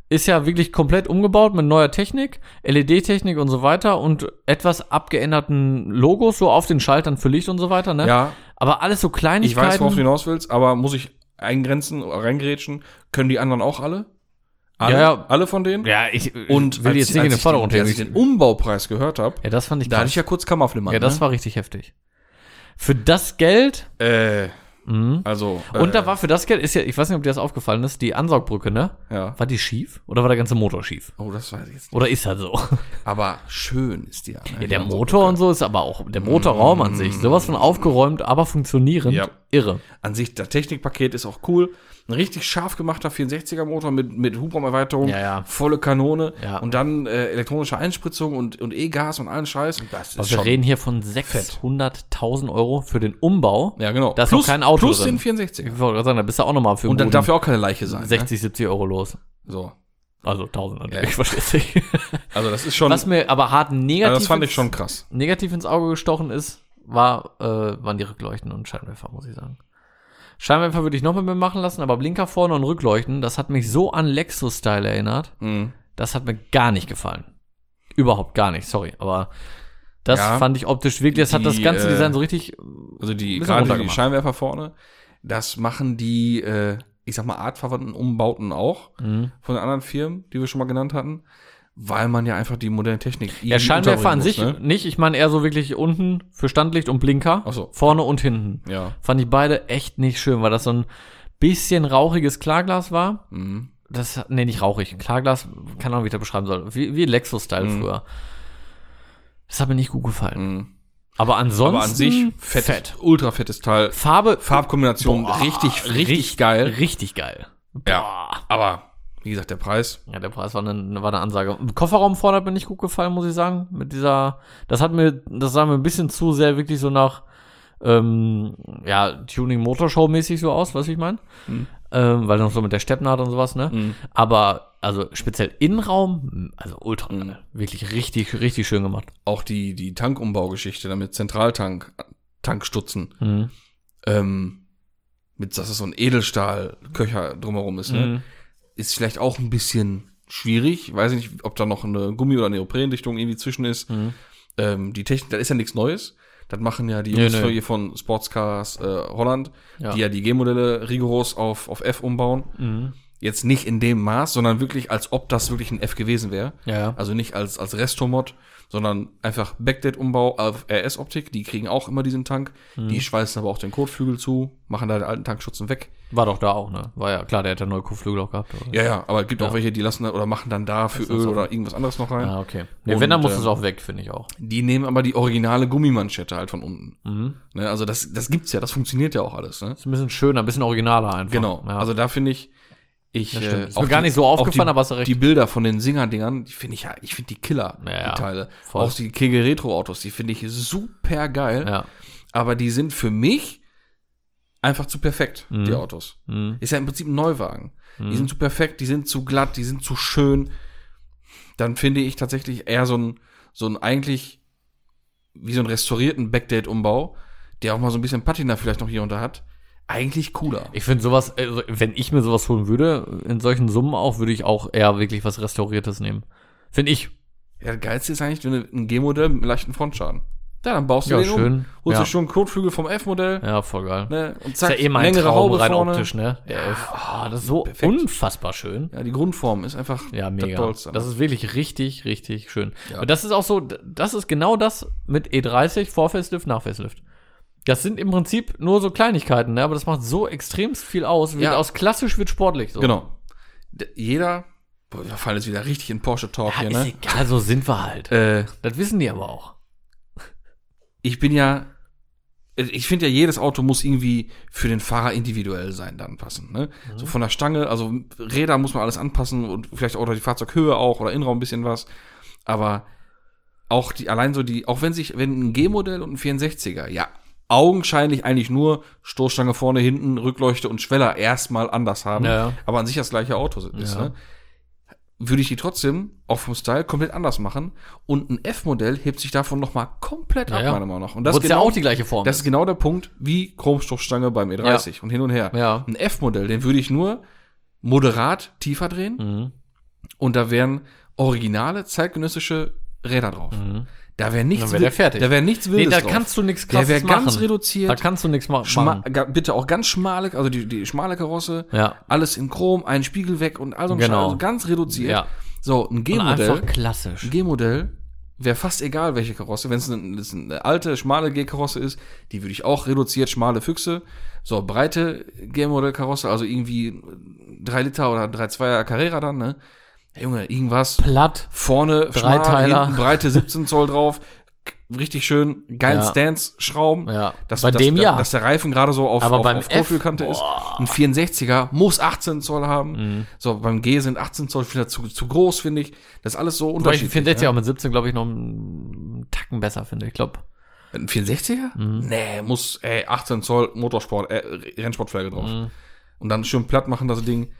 [SPEAKER 2] ist ja wirklich komplett umgebaut mit neuer Technik, LED-Technik und so weiter und etwas abgeänderten Logos so auf den Schaltern für Licht und so weiter, ne?
[SPEAKER 3] Ja,
[SPEAKER 2] Aber alles so
[SPEAKER 3] ich
[SPEAKER 2] Kleinigkeiten.
[SPEAKER 3] weiß, worauf du hinaus willst, aber muss ich eingrenzen oder reingrätschen? Können die anderen auch alle? Alle,
[SPEAKER 2] Ja, ja.
[SPEAKER 3] alle von denen.
[SPEAKER 2] Ja, ich
[SPEAKER 3] Und
[SPEAKER 2] äh, will
[SPEAKER 3] als,
[SPEAKER 2] jetzt nicht in
[SPEAKER 3] als
[SPEAKER 2] den
[SPEAKER 3] ich den,
[SPEAKER 2] Vordergrund
[SPEAKER 3] als ich
[SPEAKER 2] hängen.
[SPEAKER 3] den Umbaupreis gehört habe,
[SPEAKER 2] Ja, das fand ich
[SPEAKER 3] da hatte
[SPEAKER 2] krass.
[SPEAKER 3] ich ja ne? kurz Kammerflimmern.
[SPEAKER 2] ja, das war richtig heftig. Für das Geld
[SPEAKER 3] ne? äh,
[SPEAKER 2] Mhm.
[SPEAKER 3] also äh,
[SPEAKER 2] Und da war für das Geld, ist ja, ich weiß nicht, ob dir das aufgefallen ist, die Ansaugbrücke, ne?
[SPEAKER 3] ja.
[SPEAKER 2] War die schief oder war der ganze Motor schief?
[SPEAKER 3] Oh, das weiß ich jetzt.
[SPEAKER 2] Oder ist das so?
[SPEAKER 3] Nicht. Aber schön ist die. Ne?
[SPEAKER 2] Ja, der Motor und so ist aber auch, der Motorraum an sich, sowas von aufgeräumt, aber funktionierend,
[SPEAKER 3] Mm. Ja.
[SPEAKER 2] irre.
[SPEAKER 3] An sich, das Technikpaket ist auch cool. Ein richtig scharf gemachter 64er Motor mit, mit Hubraumerweiterung,
[SPEAKER 2] Ja, ja.
[SPEAKER 3] volle Kanone
[SPEAKER 2] Ja.
[SPEAKER 3] und dann äh, elektronische Einspritzung und, und E-Gas und allen Scheiß. Und das
[SPEAKER 2] Also wir reden hier von 600.000 Euro für den Umbau.
[SPEAKER 3] ja, genau.
[SPEAKER 2] Da ist noch kein Auto
[SPEAKER 3] Plus den
[SPEAKER 2] drin.
[SPEAKER 3] 64er.
[SPEAKER 2] Ich wollte gerade sagen, da bist du auch nochmal für
[SPEAKER 3] Und dann
[SPEAKER 2] guten
[SPEAKER 3] darf ja auch keine Leiche sein.
[SPEAKER 2] 60, 70 Euro los.
[SPEAKER 3] Ne? So.
[SPEAKER 2] Also 1000 natürlich,
[SPEAKER 3] Ja.
[SPEAKER 2] ich verstehe nicht.
[SPEAKER 3] Also das ist schon,
[SPEAKER 2] Was mir aber hart negativ,
[SPEAKER 3] also das fand ich
[SPEAKER 2] ins-
[SPEAKER 3] schon krass.
[SPEAKER 2] negativ ins Auge gestochen ist, war, äh, waren die Rückleuchten und Scheinwerfer, muss ich sagen. Scheinwerfer würde ich noch mit mir machen lassen, aber Blinker vorne und Rückleuchten, das hat mich so an Lexus-Style erinnert.
[SPEAKER 3] Mhm.
[SPEAKER 2] Das hat mir gar nicht gefallen. Überhaupt gar nicht, sorry. Aber das
[SPEAKER 3] Ja.
[SPEAKER 2] fand ich optisch wirklich, das hat das
[SPEAKER 3] Die,
[SPEAKER 2] ganze
[SPEAKER 3] äh,
[SPEAKER 2] Design so richtig.
[SPEAKER 3] Also die,
[SPEAKER 2] Bisschen
[SPEAKER 3] gerade die
[SPEAKER 2] runtergemacht.
[SPEAKER 3] Scheinwerfer vorne, das machen die, äh, ich sag mal, artverwandten Umbauten auch
[SPEAKER 2] Mhm.
[SPEAKER 3] von den anderen Firmen, die wir schon mal genannt hatten, weil man ja einfach die moderne Technik
[SPEAKER 2] Ja,
[SPEAKER 3] irgendwie
[SPEAKER 2] Scheinwerfer an
[SPEAKER 3] unterbringen
[SPEAKER 2] sich
[SPEAKER 3] muss, ne?
[SPEAKER 2] nicht. Ich meine eher so wirklich unten für Standlicht und Blinker.
[SPEAKER 3] Ach so.
[SPEAKER 2] Vorne und hinten.
[SPEAKER 3] Ja.
[SPEAKER 2] Fand ich beide echt nicht schön, weil das so ein bisschen rauchiges Klarglas war.
[SPEAKER 3] Mhm.
[SPEAKER 2] Das, nee, nicht rauchig. Klarglas, keine Ahnung, wie ich das beschreiben soll. Wie, wie Lexus-Style
[SPEAKER 3] Mhm.
[SPEAKER 2] früher. Das hat mir nicht gut gefallen.
[SPEAKER 3] Mhm.
[SPEAKER 2] Aber ansonsten.
[SPEAKER 3] Aber an sich fett, ultra fettes Teil.
[SPEAKER 2] Farbe.
[SPEAKER 3] Farbkombination
[SPEAKER 2] Boah,
[SPEAKER 3] richtig, richtig,
[SPEAKER 2] richtig-
[SPEAKER 3] geil.
[SPEAKER 2] Richtig geil.
[SPEAKER 3] Ja.
[SPEAKER 2] Boah.
[SPEAKER 3] Aber wie gesagt, der Preis.
[SPEAKER 2] Ja, der Preis war eine, war eine Ansage. Kofferraum vorne hat mir nicht gut gefallen, muss ich sagen. Mit dieser, das hat mir, das sah mir ein bisschen zu sehr wirklich so nach, ähm, ja, Tuning Motorshow mäßig so aus, was ich meine.
[SPEAKER 3] Mhm.
[SPEAKER 2] Ähm, weil noch so mit der Steppnaht und sowas, ne? Aber, also speziell Innenraum, also ultra geil. Wirklich richtig, richtig schön gemacht.
[SPEAKER 3] Auch die, die Tankumbaugeschichte, damit Zentraltank, Tankstutzen.
[SPEAKER 2] Mhm.
[SPEAKER 3] ähm, mit, dass es so ein Edelstahlköcher drumherum ist, ne?
[SPEAKER 2] Mhm.
[SPEAKER 3] ist vielleicht auch ein bisschen schwierig. Weiß ich nicht, ob da noch eine Gummi- oder Neoprendichtung irgendwie zwischen ist.
[SPEAKER 2] Mhm.
[SPEAKER 3] Ähm, die Technik, das ist ja nichts Neues. Das machen ja die
[SPEAKER 2] Nee,
[SPEAKER 3] Jungs
[SPEAKER 2] nee.
[SPEAKER 3] hier von Sportscars äh, Holland,
[SPEAKER 2] Ja.
[SPEAKER 3] die ja die G-Modelle rigoros auf, auf F umbauen.
[SPEAKER 2] Mhm.
[SPEAKER 3] Jetzt nicht in dem Maß, sondern wirklich, als ob das wirklich ein F gewesen wäre.
[SPEAKER 2] Ja, ja.
[SPEAKER 3] Also nicht als, als Restomod, sondern einfach Backdate-Umbau auf RS-Optik. Die kriegen auch immer diesen Tank.
[SPEAKER 2] Mhm.
[SPEAKER 3] Die schweißen aber auch den Kotflügel zu, machen da den alten Tankschutzen weg.
[SPEAKER 2] War doch da auch, ne? War ja klar, der hätte neue Kuhflügel auch gehabt. Oder?
[SPEAKER 3] Ja, ja, aber es gibt auch welche, die lassen da oder machen dann da für Öl oder irgendwas anderes noch rein.
[SPEAKER 2] Ah, okay. Nee,
[SPEAKER 3] Und,
[SPEAKER 2] wenn, dann muss
[SPEAKER 3] ähm,
[SPEAKER 2] es auch weg, finde ich auch.
[SPEAKER 3] Die nehmen aber die originale Gummimanschette halt von unten.
[SPEAKER 2] Mhm.
[SPEAKER 3] Ne? Also das, das gibt's ja, das funktioniert ja auch alles. Ne?
[SPEAKER 2] Ist ein bisschen schöner, ein bisschen originaler einfach.
[SPEAKER 3] Genau.
[SPEAKER 2] Ja.
[SPEAKER 3] Also da finde ich, ich
[SPEAKER 2] Das stimmt.
[SPEAKER 3] äh,
[SPEAKER 2] Ist mir gar nicht so
[SPEAKER 3] auch
[SPEAKER 2] aufgefallen,
[SPEAKER 3] die,
[SPEAKER 2] aber hast du recht.
[SPEAKER 3] Die Bilder von den Singer-Dingern, die finde ich ja, ich finde die Killer,
[SPEAKER 2] Ja, ja.
[SPEAKER 3] die Teile.
[SPEAKER 2] Voll.
[SPEAKER 3] Auch die Kegel Retro-Autos, die finde ich super geil.
[SPEAKER 2] ja.
[SPEAKER 3] aber die sind für mich einfach zu perfekt,
[SPEAKER 2] Mhm.
[SPEAKER 3] die Autos.
[SPEAKER 2] Mhm.
[SPEAKER 3] Ist ja im Prinzip ein Neuwagen. Die
[SPEAKER 2] Mhm.
[SPEAKER 3] sind zu perfekt, die sind zu glatt, die sind zu schön. Dann finde ich tatsächlich eher so ein, so ein eigentlich wie so einen restaurierten Backdate-Umbau, der auch mal so ein bisschen Patina vielleicht noch hier und da hat, eigentlich cooler.
[SPEAKER 2] Ich finde sowas, also wenn ich mir sowas holen würde, in solchen Summen auch, würde ich auch eher wirklich was Restauriertes nehmen. Finde ich.
[SPEAKER 3] Ja, das Geilste ist eigentlich wenn du ein G-Modell mit einem leichten Frontschaden. Ja, dann baust du
[SPEAKER 2] Ja,
[SPEAKER 3] den um,
[SPEAKER 2] schön.
[SPEAKER 3] holst
[SPEAKER 2] Ja.
[SPEAKER 3] du schon einen Kotflügel vom F-Modell
[SPEAKER 2] Ja, voll geil.
[SPEAKER 3] ne, und
[SPEAKER 2] ist
[SPEAKER 3] zack,
[SPEAKER 2] ja eh mein
[SPEAKER 3] längere
[SPEAKER 2] Traum
[SPEAKER 3] Haube
[SPEAKER 2] rein
[SPEAKER 3] vorne.
[SPEAKER 2] optisch, ne? Der F. Ah, das ist so
[SPEAKER 3] perfekt.
[SPEAKER 2] unfassbar schön.
[SPEAKER 3] Ja, die Grundform ist einfach
[SPEAKER 2] Ja, mega.
[SPEAKER 3] das Tollste.
[SPEAKER 2] Das ist wirklich richtig, richtig schön.
[SPEAKER 3] Ja.
[SPEAKER 2] Und das ist auch so, d- das ist genau das mit E30, Vor-Facelift, Nach-Facelift. Das sind im Prinzip nur so Kleinigkeiten, ne? aber das macht so extremst viel aus. Wird
[SPEAKER 3] Ja.
[SPEAKER 2] Aus klassisch wird sportlich. So.
[SPEAKER 3] Genau. D jeder, boah, wir fallen jetzt wieder richtig in Porsche-Talk
[SPEAKER 2] Ja,
[SPEAKER 3] hier,
[SPEAKER 2] ist
[SPEAKER 3] ne?
[SPEAKER 2] egal, so sind wir halt.
[SPEAKER 3] Äh,
[SPEAKER 2] Das wissen die aber auch.
[SPEAKER 3] ich bin ja, äh, ich finde ja, jedes Auto muss irgendwie für den Fahrer individuell sein, dann passen, ne?
[SPEAKER 2] Mhm.
[SPEAKER 3] So von der Stange, also Räder muss man alles anpassen und vielleicht auch oder die Fahrzeughöhe auch oder Innenraum ein bisschen was. Aber auch die, allein so die, auch wenn sich, wenn ein G-Modell und ein 64er, ja, augenscheinlich eigentlich nur Stoßstange vorne, hinten, Rückleuchte und Schweller erstmal anders haben,
[SPEAKER 2] Ja, ja.
[SPEAKER 3] aber an sich das gleiche Auto sind, ist,
[SPEAKER 2] Ja.
[SPEAKER 3] ne? Würde ich die trotzdem auch vom Style komplett anders machen und ein F-Modell hebt sich davon nochmal komplett
[SPEAKER 2] Ja,
[SPEAKER 3] ab,
[SPEAKER 2] ja.
[SPEAKER 3] meiner Meinung nach. Und
[SPEAKER 2] Das
[SPEAKER 3] das,
[SPEAKER 2] ist ja
[SPEAKER 3] genau,
[SPEAKER 2] auch die gleiche Form.
[SPEAKER 3] das ist genau der Punkt wie Chromstoffstange beim E30 und hin und her.
[SPEAKER 2] Ja.
[SPEAKER 3] Ein F-Modell, den würde ich nur moderat tiefer drehen
[SPEAKER 2] mhm.
[SPEAKER 3] und da wären originale zeitgenössische Räder drauf. Da wäre nichts,
[SPEAKER 2] Mhm. Dann wär der
[SPEAKER 3] wild-
[SPEAKER 2] fertig.
[SPEAKER 3] da wäre nichts
[SPEAKER 2] Nee,
[SPEAKER 3] wildes
[SPEAKER 2] da
[SPEAKER 3] drauf.
[SPEAKER 2] kannst du nichts
[SPEAKER 3] Der
[SPEAKER 2] krasses
[SPEAKER 3] wäre ganz
[SPEAKER 2] machen. Da
[SPEAKER 3] reduziert.
[SPEAKER 2] kannst du nichts ma
[SPEAKER 3] Schma
[SPEAKER 2] machen.
[SPEAKER 3] ga- bitte auch ganz schmale, also die, die schmale Karosse,
[SPEAKER 2] Ja.
[SPEAKER 3] alles in Chrom, ein Spiegel weg und all so ein
[SPEAKER 2] Genau.
[SPEAKER 3] Scheiß, also ganz reduziert.
[SPEAKER 2] Ja.
[SPEAKER 3] So, ein
[SPEAKER 2] Und
[SPEAKER 3] G-Modell.
[SPEAKER 2] Einfach klassisch.
[SPEAKER 3] G-Modell wäre fast egal, welche Karosse. Wenn es eine, das eine alte, schmale G-Karosse ist, die würde ich auch reduziert, schmale Füchse. So, breite G-Modell-Karosse, also irgendwie 3 Liter oder 3,2er Carrera dann, ne? Hey, Junge, irgendwas.
[SPEAKER 2] Platt.
[SPEAKER 3] Vorne
[SPEAKER 2] Dreiteiler.
[SPEAKER 3] hinten breite 17 Zoll drauf. K- Richtig schön, geilen
[SPEAKER 2] Ja.
[SPEAKER 3] Stance-Schrauben.
[SPEAKER 2] Ja.
[SPEAKER 3] Dass,
[SPEAKER 2] Bei
[SPEAKER 3] dass,
[SPEAKER 2] dem ja.
[SPEAKER 3] Dass der Reifen gerade so auf,
[SPEAKER 2] Aber
[SPEAKER 3] auf,
[SPEAKER 2] beim
[SPEAKER 3] auf
[SPEAKER 2] F,
[SPEAKER 3] Profilkante ist. Ein 64er muss 18 Zoll haben.
[SPEAKER 2] Mhm.
[SPEAKER 3] So, beim G sind 18 Zoll wieder zu, zu groß, finde ich. Das ist alles so
[SPEAKER 2] Wobei ich
[SPEAKER 3] unterschiedlich. ne?
[SPEAKER 2] 64 auch mit 17, glaube ich, noch einen Tacken besser finde. Ich glaube.
[SPEAKER 3] Ein 64er?
[SPEAKER 2] Mhm.
[SPEAKER 3] Nee, muss, ey, 18 Zoll Motorsport, äh, Rennsportflagge drauf.
[SPEAKER 2] Mhm.
[SPEAKER 3] Und dann schön platt machen, das Ding.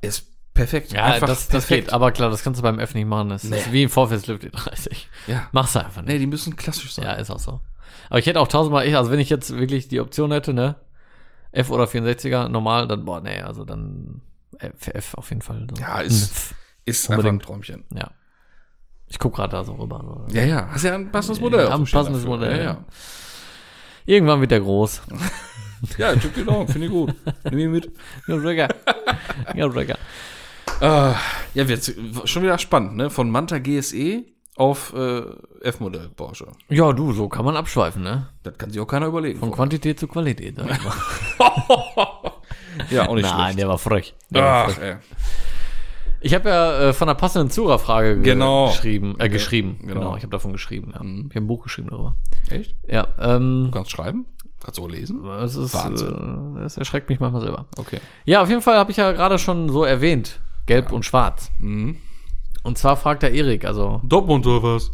[SPEAKER 3] Ist perfekt.
[SPEAKER 2] Ja, äh, das, das geht. Aber klar, das kannst du beim F nicht machen. Das ist wie im Vorfest Lüfte 30.
[SPEAKER 3] Ja.
[SPEAKER 2] Mach's einfach nicht.
[SPEAKER 3] Nee, die müssen klassisch sein.
[SPEAKER 2] Ja, ist auch so. Aber ich hätte auch tausendmal, ich, also wenn ich jetzt wirklich die Option hätte, ne? F oder 64er, normal, dann, boah, nee, also dann F, F auf jeden Fall. So.
[SPEAKER 3] Ja, ist, ist einfach ein
[SPEAKER 2] Unbedingt.
[SPEAKER 3] Träumchen.
[SPEAKER 2] Ja. Ich guck gerade da so rüber.
[SPEAKER 3] Ja, ja. Hast ja ein passendes Modell.
[SPEAKER 2] Ja,
[SPEAKER 3] auf dem
[SPEAKER 2] ein
[SPEAKER 3] Schirm
[SPEAKER 2] passendes
[SPEAKER 3] dafür.
[SPEAKER 2] Modell,
[SPEAKER 3] Ja,
[SPEAKER 2] ja.
[SPEAKER 3] ja.
[SPEAKER 2] Irgendwann wird der groß.
[SPEAKER 3] Ja, check it out, finde ich gut. Nimm ihn mit.
[SPEAKER 2] Ja, Digga. Ja, Digga.
[SPEAKER 3] Ah, ja, wird schon wieder spannend, ne? Von Manta GSE auf äh, F-Modell Porsche.
[SPEAKER 2] Ja, du, so kann man abschweifen, ne?
[SPEAKER 3] Das kann sich auch keiner überlegen.
[SPEAKER 2] Von Quantität zu Qualität. sag ich mal.
[SPEAKER 3] ja, auch nicht
[SPEAKER 2] Nein, der war frech. Der war
[SPEAKER 3] Ach,
[SPEAKER 2] frech.
[SPEAKER 3] ey.
[SPEAKER 2] Ich habe ja äh, von der passenden Zurerfrage ge
[SPEAKER 3] Genau.
[SPEAKER 2] geschrieben. Äh, geschrieben.
[SPEAKER 3] genau. Mhm.
[SPEAKER 2] Genau. Ich habe davon geschrieben. Ja. Ich habe ein Buch geschrieben darüber.
[SPEAKER 3] Echt?
[SPEAKER 2] Ja. Ähm,
[SPEAKER 3] Du kannst schreiben? Kannst du auch lesen?
[SPEAKER 2] es ist, äh, es erschreckt mich manchmal selber.
[SPEAKER 3] Okay.
[SPEAKER 2] Ja, auf jeden Fall habe ich ja gerade schon so erwähnt. Gelb und Schwarz.
[SPEAKER 3] Mhm.
[SPEAKER 2] Und zwar fragt der Erik, also
[SPEAKER 3] Dortmund oder was?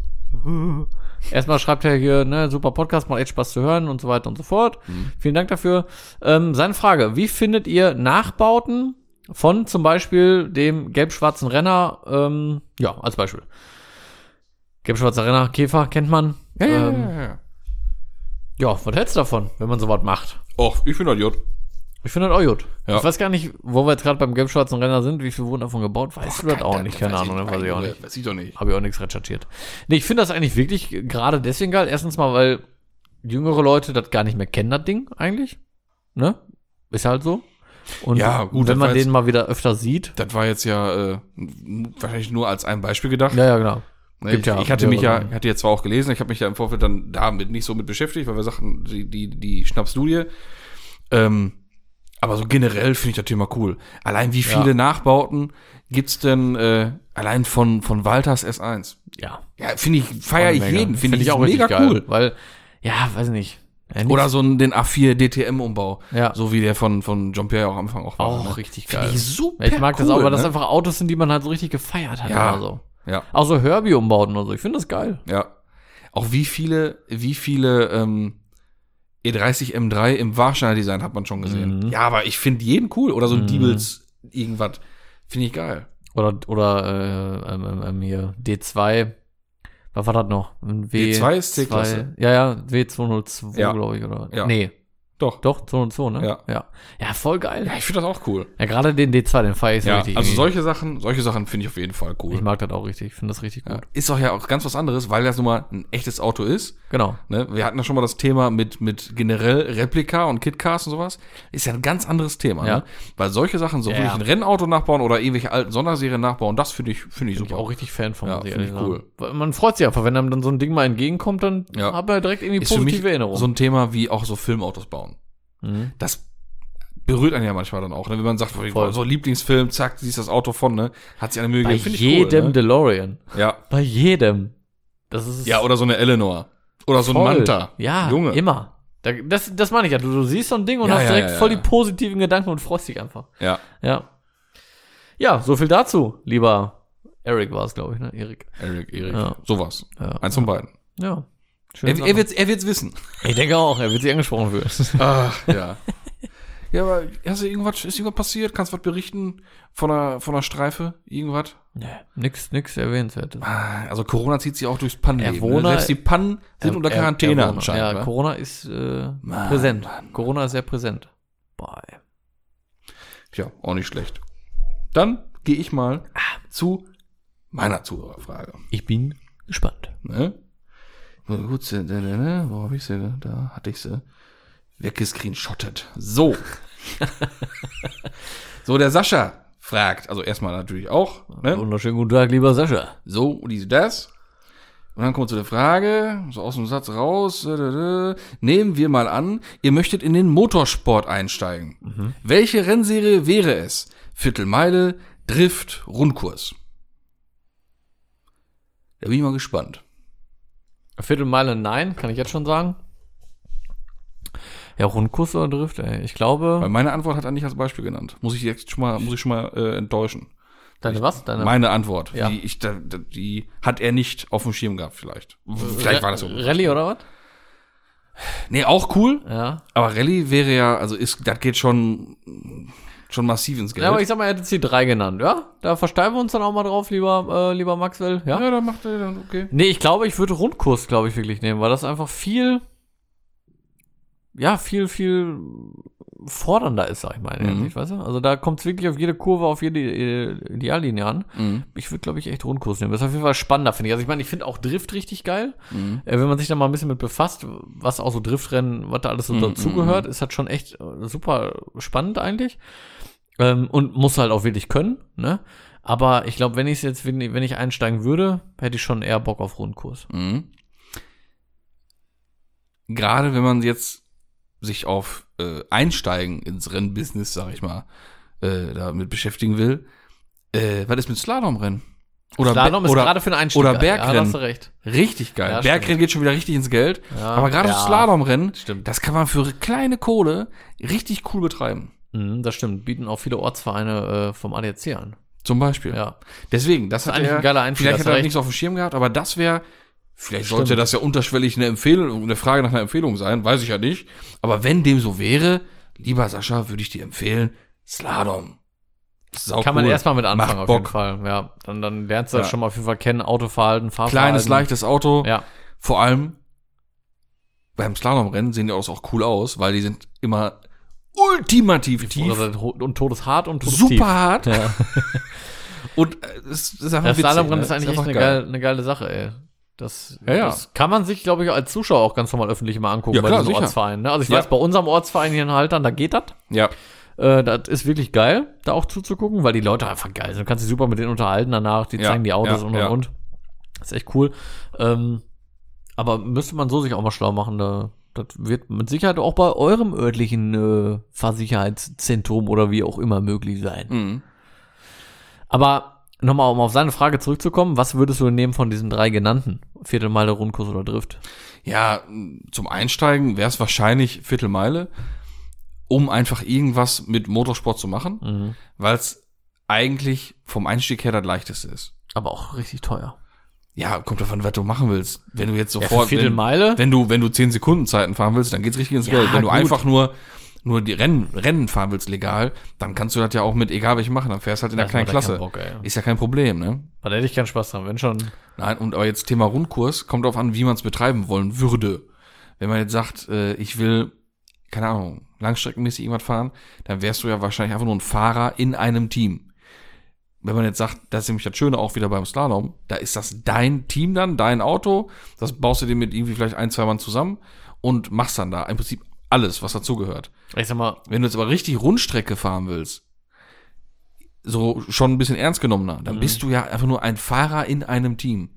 [SPEAKER 2] Erstmal schreibt er hier, ne, super Podcast, macht echt Spaß zu hören und so weiter und so fort.
[SPEAKER 3] Mhm.
[SPEAKER 2] Vielen Dank dafür. Ähm, seine Frage, wie findet ihr Nachbauten von zum Beispiel dem gelb-schwarzen Renner, ähm, ja, als Beispiel. Gelb-schwarzer Renner, Käfer, kennt man.
[SPEAKER 3] Ja, ja,
[SPEAKER 2] Ähm,
[SPEAKER 3] ja, ja.
[SPEAKER 2] ja, was hältst du davon, wenn man sowas macht?
[SPEAKER 3] Och, ich bin halt ein Jod.
[SPEAKER 2] Ich finde das auch gut.
[SPEAKER 3] Ja.
[SPEAKER 2] Ich weiß gar nicht, wo wir jetzt gerade beim gelb-schwarzen Renner sind, wie viel wurden davon gebaut, weißt du das auch nicht, keine
[SPEAKER 3] Weiß ich-
[SPEAKER 2] Ahnung, ne, weiß ich auch nicht.
[SPEAKER 3] Weiß ich doch nicht.
[SPEAKER 2] Habe ich auch nichts recherchiert. Nee, ich finde das eigentlich wirklich gerade deswegen geil. Erstens mal, weil jüngere Leute das gar nicht mehr kennen, das Ding eigentlich. Ne? Ist halt so. Und
[SPEAKER 3] Ja, gut, das
[SPEAKER 2] wenn man
[SPEAKER 3] war
[SPEAKER 2] den
[SPEAKER 3] jetzt-
[SPEAKER 2] mal wieder öfter sieht.
[SPEAKER 3] Das war jetzt ja äh, wahrscheinlich nur als ein Beispiel gedacht.
[SPEAKER 2] Ja, ja, genau.
[SPEAKER 3] Ne, ich,
[SPEAKER 2] Gibt ja
[SPEAKER 3] ich hatte mich ja,
[SPEAKER 2] mehrere.
[SPEAKER 3] hatte jetzt zwar auch gelesen, ich habe mich ja im Vorfeld dann damit nicht so mit beschäftigt, weil wir sagten, die, die, die Schnapsstudie. Ähm, aber so generell finde ich das Thema cool. Allein wie viele
[SPEAKER 2] Ja.
[SPEAKER 3] Nachbauten gibt's denn äh, allein von, von Walters S1?
[SPEAKER 2] Ja.
[SPEAKER 3] Ah Ja, finde ich, feiere ich
[SPEAKER 2] Mega.
[SPEAKER 3] jeden, finde ich,
[SPEAKER 2] richtig
[SPEAKER 3] mega cool.
[SPEAKER 2] Weil, ja, weiß nicht. Ja, nix.
[SPEAKER 3] Oder so einen, den A4 DTM-Umbau,
[SPEAKER 2] Ja.
[SPEAKER 3] so wie der von, von John Pierre auch am Anfang auch
[SPEAKER 2] auch
[SPEAKER 3] ne?
[SPEAKER 2] richtig
[SPEAKER 3] Finde
[SPEAKER 2] geil.
[SPEAKER 3] ich super
[SPEAKER 2] Oh, Ich mag das
[SPEAKER 3] cool,
[SPEAKER 2] auch, weil das
[SPEAKER 3] ne?
[SPEAKER 2] einfach Autos sind, die man halt so richtig gefeiert hat.
[SPEAKER 3] Ja.
[SPEAKER 2] Oder so.
[SPEAKER 3] Ja,
[SPEAKER 2] Auch so Herbie-Umbauten oder so. Ich finde das geil.
[SPEAKER 3] ja. Auch wie viele, wie viele ähm, E30 M3 im Warsteiner Design hat man schon gesehen.
[SPEAKER 2] Mhm.
[SPEAKER 3] Ja, aber ich finde jeden cool. Oder so ein Diebels irgendwas. Finde ich geil.
[SPEAKER 2] Oder, oder äh, ähm, ähm, ähm, hier D2. Was war das noch? Ein W
[SPEAKER 3] D2 ist C-Klasse.
[SPEAKER 2] Ja, ja, W202,
[SPEAKER 3] Ja.
[SPEAKER 2] glaube ich. Oder?
[SPEAKER 3] Ja.
[SPEAKER 2] Nee,
[SPEAKER 3] Doch.
[SPEAKER 2] doch, 202, ne?
[SPEAKER 3] Ja.
[SPEAKER 2] Ja, ja voll geil.
[SPEAKER 3] Ja, ich finde das auch cool.
[SPEAKER 2] Ja, gerade den D2, den feier ich so
[SPEAKER 3] Ja,
[SPEAKER 2] richtig.
[SPEAKER 3] also
[SPEAKER 2] irgendwie.
[SPEAKER 3] solche Sachen, solche Sachen finde ich auf jeden Fall
[SPEAKER 2] ich
[SPEAKER 3] cool.
[SPEAKER 2] mag das auch richtig. Ich finde das richtig gut.
[SPEAKER 3] Ja. Ist doch ja auch ganz was anderes, weil das nun mal ein echtes Auto ist.
[SPEAKER 2] Genau.
[SPEAKER 3] Ne? Wir hatten ja schon mal das Thema mit, mit generell Replika und Kitcars und sowas. Ist ja ein ganz anderes Thema.
[SPEAKER 2] Ja.
[SPEAKER 3] Ne? Weil solche Sachen, so
[SPEAKER 2] Ja.
[SPEAKER 3] wirklich ein Rennauto nachbauen oder irgendwelche alten Sonderserien nachbauen, das finde ich, finde ich
[SPEAKER 2] Bin ich
[SPEAKER 3] super.
[SPEAKER 2] auch richtig Fan von.
[SPEAKER 3] Ja,
[SPEAKER 2] muss
[SPEAKER 3] finde ich
[SPEAKER 2] ehrlich
[SPEAKER 3] cool.
[SPEAKER 2] sagen. Weil Man freut sich einfach, wenn einem dann so ein Ding mal entgegenkommt, dann
[SPEAKER 3] Ja.
[SPEAKER 2] hat man ja direkt irgendwie
[SPEAKER 3] ist für
[SPEAKER 2] positive
[SPEAKER 3] mich
[SPEAKER 2] Erinnerungen.
[SPEAKER 3] so ein Thema wie auch so Filmautos bauen.
[SPEAKER 2] Mhm.
[SPEAKER 3] Das berührt einen ja manchmal dann auch, ne? wenn man sagt,
[SPEAKER 2] Voll.
[SPEAKER 3] so Lieblingsfilm, zack, siehst das Auto von, ne? Hat sich eine Mühe
[SPEAKER 2] Bei
[SPEAKER 3] gegeben. Finde ich
[SPEAKER 2] jedem
[SPEAKER 3] cool, ne?
[SPEAKER 2] DeLorean.
[SPEAKER 3] Ja.
[SPEAKER 2] Bei jedem. Das ist
[SPEAKER 3] ja, oder so eine Eleanor. Oder so ein
[SPEAKER 2] Voll.
[SPEAKER 3] Manta.
[SPEAKER 2] Ja,
[SPEAKER 3] Junge.
[SPEAKER 2] immer. Da, das, das meine ich ja. Du, du siehst so ein Ding und
[SPEAKER 3] Ja,
[SPEAKER 2] hast
[SPEAKER 3] ja,
[SPEAKER 2] direkt
[SPEAKER 3] ja,
[SPEAKER 2] voll
[SPEAKER 3] ja.
[SPEAKER 2] die positiven Gedanken und freust dich einfach.
[SPEAKER 3] Ja.
[SPEAKER 2] Ja. Ja, so viel dazu, lieber Eric war es, glaube ich, ne? Erik.
[SPEAKER 3] Eric, Erik.
[SPEAKER 2] Ja.
[SPEAKER 3] Sowas.
[SPEAKER 2] Ja.
[SPEAKER 3] Eins von beiden.
[SPEAKER 2] Ja. Schöne
[SPEAKER 3] Er,
[SPEAKER 2] Sache.
[SPEAKER 3] er, wird's, er wird's wissen.
[SPEAKER 2] ich denke auch, er wird sich angesprochen fühlen.
[SPEAKER 3] Ach, ja. ja, aber hast du irgendwas, ist irgendwas passiert? Kannst du was berichten von einer, von einer Streife? Irgendwas?
[SPEAKER 2] nee, nix, nix erwähnenswertes.
[SPEAKER 3] Ah, Also Corona zieht sich auch durchs Pannenleben. ne?
[SPEAKER 2] Erwohner-
[SPEAKER 3] Selbst die Pannen sind unter
[SPEAKER 2] Er-
[SPEAKER 3] Quarantäne
[SPEAKER 2] er- er-
[SPEAKER 3] anscheinend. ne?
[SPEAKER 2] Ja,
[SPEAKER 3] wa?
[SPEAKER 2] Corona ist äh,
[SPEAKER 3] Mann,
[SPEAKER 2] präsent.
[SPEAKER 3] Mann.
[SPEAKER 2] Corona ist sehr präsent. Boah, ey.
[SPEAKER 3] Tja, auch nicht schlecht. Dann gehe ich mal zu meiner Zuhörerfrage.
[SPEAKER 2] ich bin gespannt.
[SPEAKER 3] Ne? Na gut, sie- ne, ne, ne, wo habe ich sie? Da hatte ich sie weggescreenshottet. So. so, der Sascha fragt, also erstmal natürlich auch, ne?
[SPEAKER 2] Wunderschönen guten Tag, lieber Sascha.
[SPEAKER 3] So, und diese das. Und dann kommt so eine Frage, so aus dem Satz raus. äh, äh, äh. Nehmen wir mal an, ihr möchtet in den Motorsport einsteigen.
[SPEAKER 2] Mhm.
[SPEAKER 3] Welche Rennserie wäre es? Viertelmeile, Drift, Rundkurs. Da bin ich mal gespannt.
[SPEAKER 2] Viertelmeile nein, kann ich jetzt schon sagen. Ja, Rundkurs oder Drift, ey. Ich
[SPEAKER 3] Weil
[SPEAKER 2] glaube.
[SPEAKER 3] meine Antwort hat er nicht als Beispiel genannt. Muss ich jetzt schon mal, muss ich schon mal äh, enttäuschen.
[SPEAKER 2] Deine was? Deine
[SPEAKER 3] Meine Antwort,
[SPEAKER 2] Ja.
[SPEAKER 3] die, ich, da- da- die hat er nicht auf dem Schirm gehabt, vielleicht.
[SPEAKER 2] Äh,
[SPEAKER 3] Vielleicht war das so.
[SPEAKER 2] Rallye oder was?
[SPEAKER 3] Nee, auch cool.
[SPEAKER 2] Ja.
[SPEAKER 3] Aber Rallye wäre ja, also ist, das geht schon, schon massiv ins Geld.
[SPEAKER 2] Ja, aber ich sag mal, er hätte jetzt die drei genannt, ja? Da versteifen wir uns dann auch mal drauf, lieber, äh, lieber Maxwell, ja?
[SPEAKER 3] dann macht er dann, okay.
[SPEAKER 2] Nee, ich glaube, ich würde Rundkurs, glaube ich, wirklich nehmen, weil das einfach viel, ja, viel, viel fordernder ist, sag ich mal, in der
[SPEAKER 3] Mhm.
[SPEAKER 2] Hinsicht, weißt du? Also da kommt es wirklich auf jede Kurve, auf jede äh, Ideallinie an.
[SPEAKER 3] Mhm.
[SPEAKER 2] Ich würde, glaube ich, echt Rundkurs nehmen. Das ist auf jeden Fall spannender, finde ich. Also ich meine, ich finde auch Drift richtig geil.
[SPEAKER 3] Mhm.
[SPEAKER 2] Äh, wenn man sich da mal ein bisschen mit befasst, was auch so Driftrennen, was da alles so
[SPEAKER 3] Mhm,
[SPEAKER 2] dazugehört, ist halt schon echt äh, super spannend eigentlich. Ähm, und muss halt auch wirklich können, ne? Aber ich glaube, wenn ich jetzt, wenn, wenn ich einsteigen würde, hätte ich schon eher Bock auf Rundkurs.
[SPEAKER 3] Mhm. Gerade wenn man jetzt sich auf äh, Einsteigen ins Rennbusiness, sag ich mal, äh, damit beschäftigen will, äh, was ist mit Slalomrennen? Oder
[SPEAKER 2] Slalom
[SPEAKER 3] Be-
[SPEAKER 2] ist
[SPEAKER 3] oder,
[SPEAKER 2] gerade für einen Einstieg.
[SPEAKER 3] oder
[SPEAKER 2] geil. Ja,
[SPEAKER 3] Bergrennen.
[SPEAKER 2] da hast du recht.
[SPEAKER 3] Richtig geil.
[SPEAKER 2] Ja, stimmt.
[SPEAKER 3] Bergrennen geht schon wieder richtig ins Geld.
[SPEAKER 2] Ja,
[SPEAKER 3] aber gerade
[SPEAKER 2] ja.
[SPEAKER 3] das Slalomrennen,
[SPEAKER 2] Stimmt.
[SPEAKER 3] das kann man für kleine Kohle richtig cool betreiben.
[SPEAKER 2] Mhm, das stimmt. Bieten auch viele Ortsvereine äh, vom ADAC an.
[SPEAKER 3] Zum Beispiel.
[SPEAKER 2] Ja.
[SPEAKER 3] Deswegen, das hat
[SPEAKER 2] eigentlich
[SPEAKER 3] er,
[SPEAKER 2] ein geiler Einstieg,
[SPEAKER 3] vielleicht
[SPEAKER 2] hast
[SPEAKER 3] hat er
[SPEAKER 2] recht.
[SPEAKER 3] nichts auf dem Schirm gehabt, aber das wäre, vielleicht
[SPEAKER 2] Stimmt.
[SPEAKER 3] sollte das ja unterschwellig eine Empfehlung, eine Frage nach einer Empfehlung sein, weiß ich ja nicht. Aber wenn dem so wäre, lieber Sascha, würde ich dir empfehlen, Slalom. Sau
[SPEAKER 2] Kann man
[SPEAKER 3] Oh, cool.
[SPEAKER 2] erstmal mit anfangen,
[SPEAKER 3] Macht
[SPEAKER 2] auf
[SPEAKER 3] Bock.
[SPEAKER 2] jeden Fall. Ja. Dann, dann lernst du das
[SPEAKER 3] Ja.
[SPEAKER 2] schon mal auf jeden Fall kennen. Autoverhalten, Fahrverhalten.
[SPEAKER 3] Kleines, leichtes Auto.
[SPEAKER 2] Ja.
[SPEAKER 3] Vor allem beim Slalomrennen sehen die Autos auch cool aus, weil die sind immer ultimativ tief,
[SPEAKER 2] Oder, und todeshart und
[SPEAKER 3] super
[SPEAKER 2] tief.
[SPEAKER 3] hart.
[SPEAKER 2] Ja.
[SPEAKER 3] Und äh, es ist einfach
[SPEAKER 2] Das
[SPEAKER 3] witzig,
[SPEAKER 2] Slalomrennen
[SPEAKER 3] ne?
[SPEAKER 2] ist eigentlich echt
[SPEAKER 3] einfach
[SPEAKER 2] eine, geil. eine geile Sache, ey. Das,
[SPEAKER 3] Ja, ja.
[SPEAKER 2] das kann man sich, glaube ich, als Zuschauer auch ganz normal öffentlich mal angucken
[SPEAKER 3] Ja, klar, sicher.
[SPEAKER 2] Ortsvereinen. Ne? Also ich
[SPEAKER 3] Ja.
[SPEAKER 2] weiß, bei unserem Ortsverein hier in Haltern, da geht das.
[SPEAKER 3] Ja.
[SPEAKER 2] Äh, das ist wirklich geil, da auch zuzugucken, weil die Leute einfach geil sind. Du kannst dich super mit denen unterhalten danach, die
[SPEAKER 3] Ja,
[SPEAKER 2] zeigen die Autos
[SPEAKER 3] ja,
[SPEAKER 2] und und
[SPEAKER 3] ja.
[SPEAKER 2] und. Ist echt cool. Ähm, aber müsste man so sich auch mal schlau machen. Da, das wird mit Sicherheit auch bei eurem örtlichen äh, Fahrsicherheitszentrum oder wie auch immer möglich sein.
[SPEAKER 3] Mhm.
[SPEAKER 2] Aber nochmal, um auf seine Frage zurückzukommen, was würdest du nehmen von diesen drei genannten? Viertelmeile, Rundkurs oder Drift?
[SPEAKER 3] Ja, zum Einsteigen wäre es wahrscheinlich Viertelmeile, um einfach irgendwas mit Motorsport zu machen,
[SPEAKER 2] Mhm.
[SPEAKER 3] weil es eigentlich vom Einstieg her das leichteste ist.
[SPEAKER 2] Aber auch richtig teuer.
[SPEAKER 3] Ja, kommt davon, was du machen willst. Wenn du jetzt
[SPEAKER 2] für
[SPEAKER 3] sofort, wenn,
[SPEAKER 2] Viertelmeile?
[SPEAKER 3] wenn du wenn du 10 Sekunden Zeiten fahren willst, dann geht's richtig ins
[SPEAKER 2] Ja,
[SPEAKER 3] Geld. Wenn du
[SPEAKER 2] gut.
[SPEAKER 3] einfach nur nur die Rennen, Rennen fahren willst legal, dann kannst du das ja auch mit egal welchem machen, dann fährst halt in der
[SPEAKER 2] Das
[SPEAKER 3] kleinen
[SPEAKER 2] macht ja keinen
[SPEAKER 3] Klasse.
[SPEAKER 2] Bock, ey.
[SPEAKER 3] ist ja kein Problem, ne?
[SPEAKER 2] Da hätte ich keinen Spaß dran, wenn schon.
[SPEAKER 3] Nein, und aber jetzt Thema Rundkurs, kommt darauf an, wie man es betreiben wollen würde. Wenn man jetzt sagt, äh, ich will, keine Ahnung, langstreckenmäßig irgendwas fahren, dann wärst du ja wahrscheinlich einfach nur ein Fahrer in einem Team. Wenn man jetzt sagt, das ist nämlich das Schöne auch wieder beim Slalom, da ist das dein Team dann, dein Auto, das baust du dir mit irgendwie vielleicht ein, zwei Mann zusammen und machst dann da im Prinzip alles, was dazugehört.
[SPEAKER 2] Ich sag mal,
[SPEAKER 3] Wenn du jetzt aber richtig Rundstrecke fahren willst, so schon ein bisschen ernst genommener,
[SPEAKER 2] Mhm.
[SPEAKER 3] dann bist du ja einfach nur ein Fahrer in einem Team.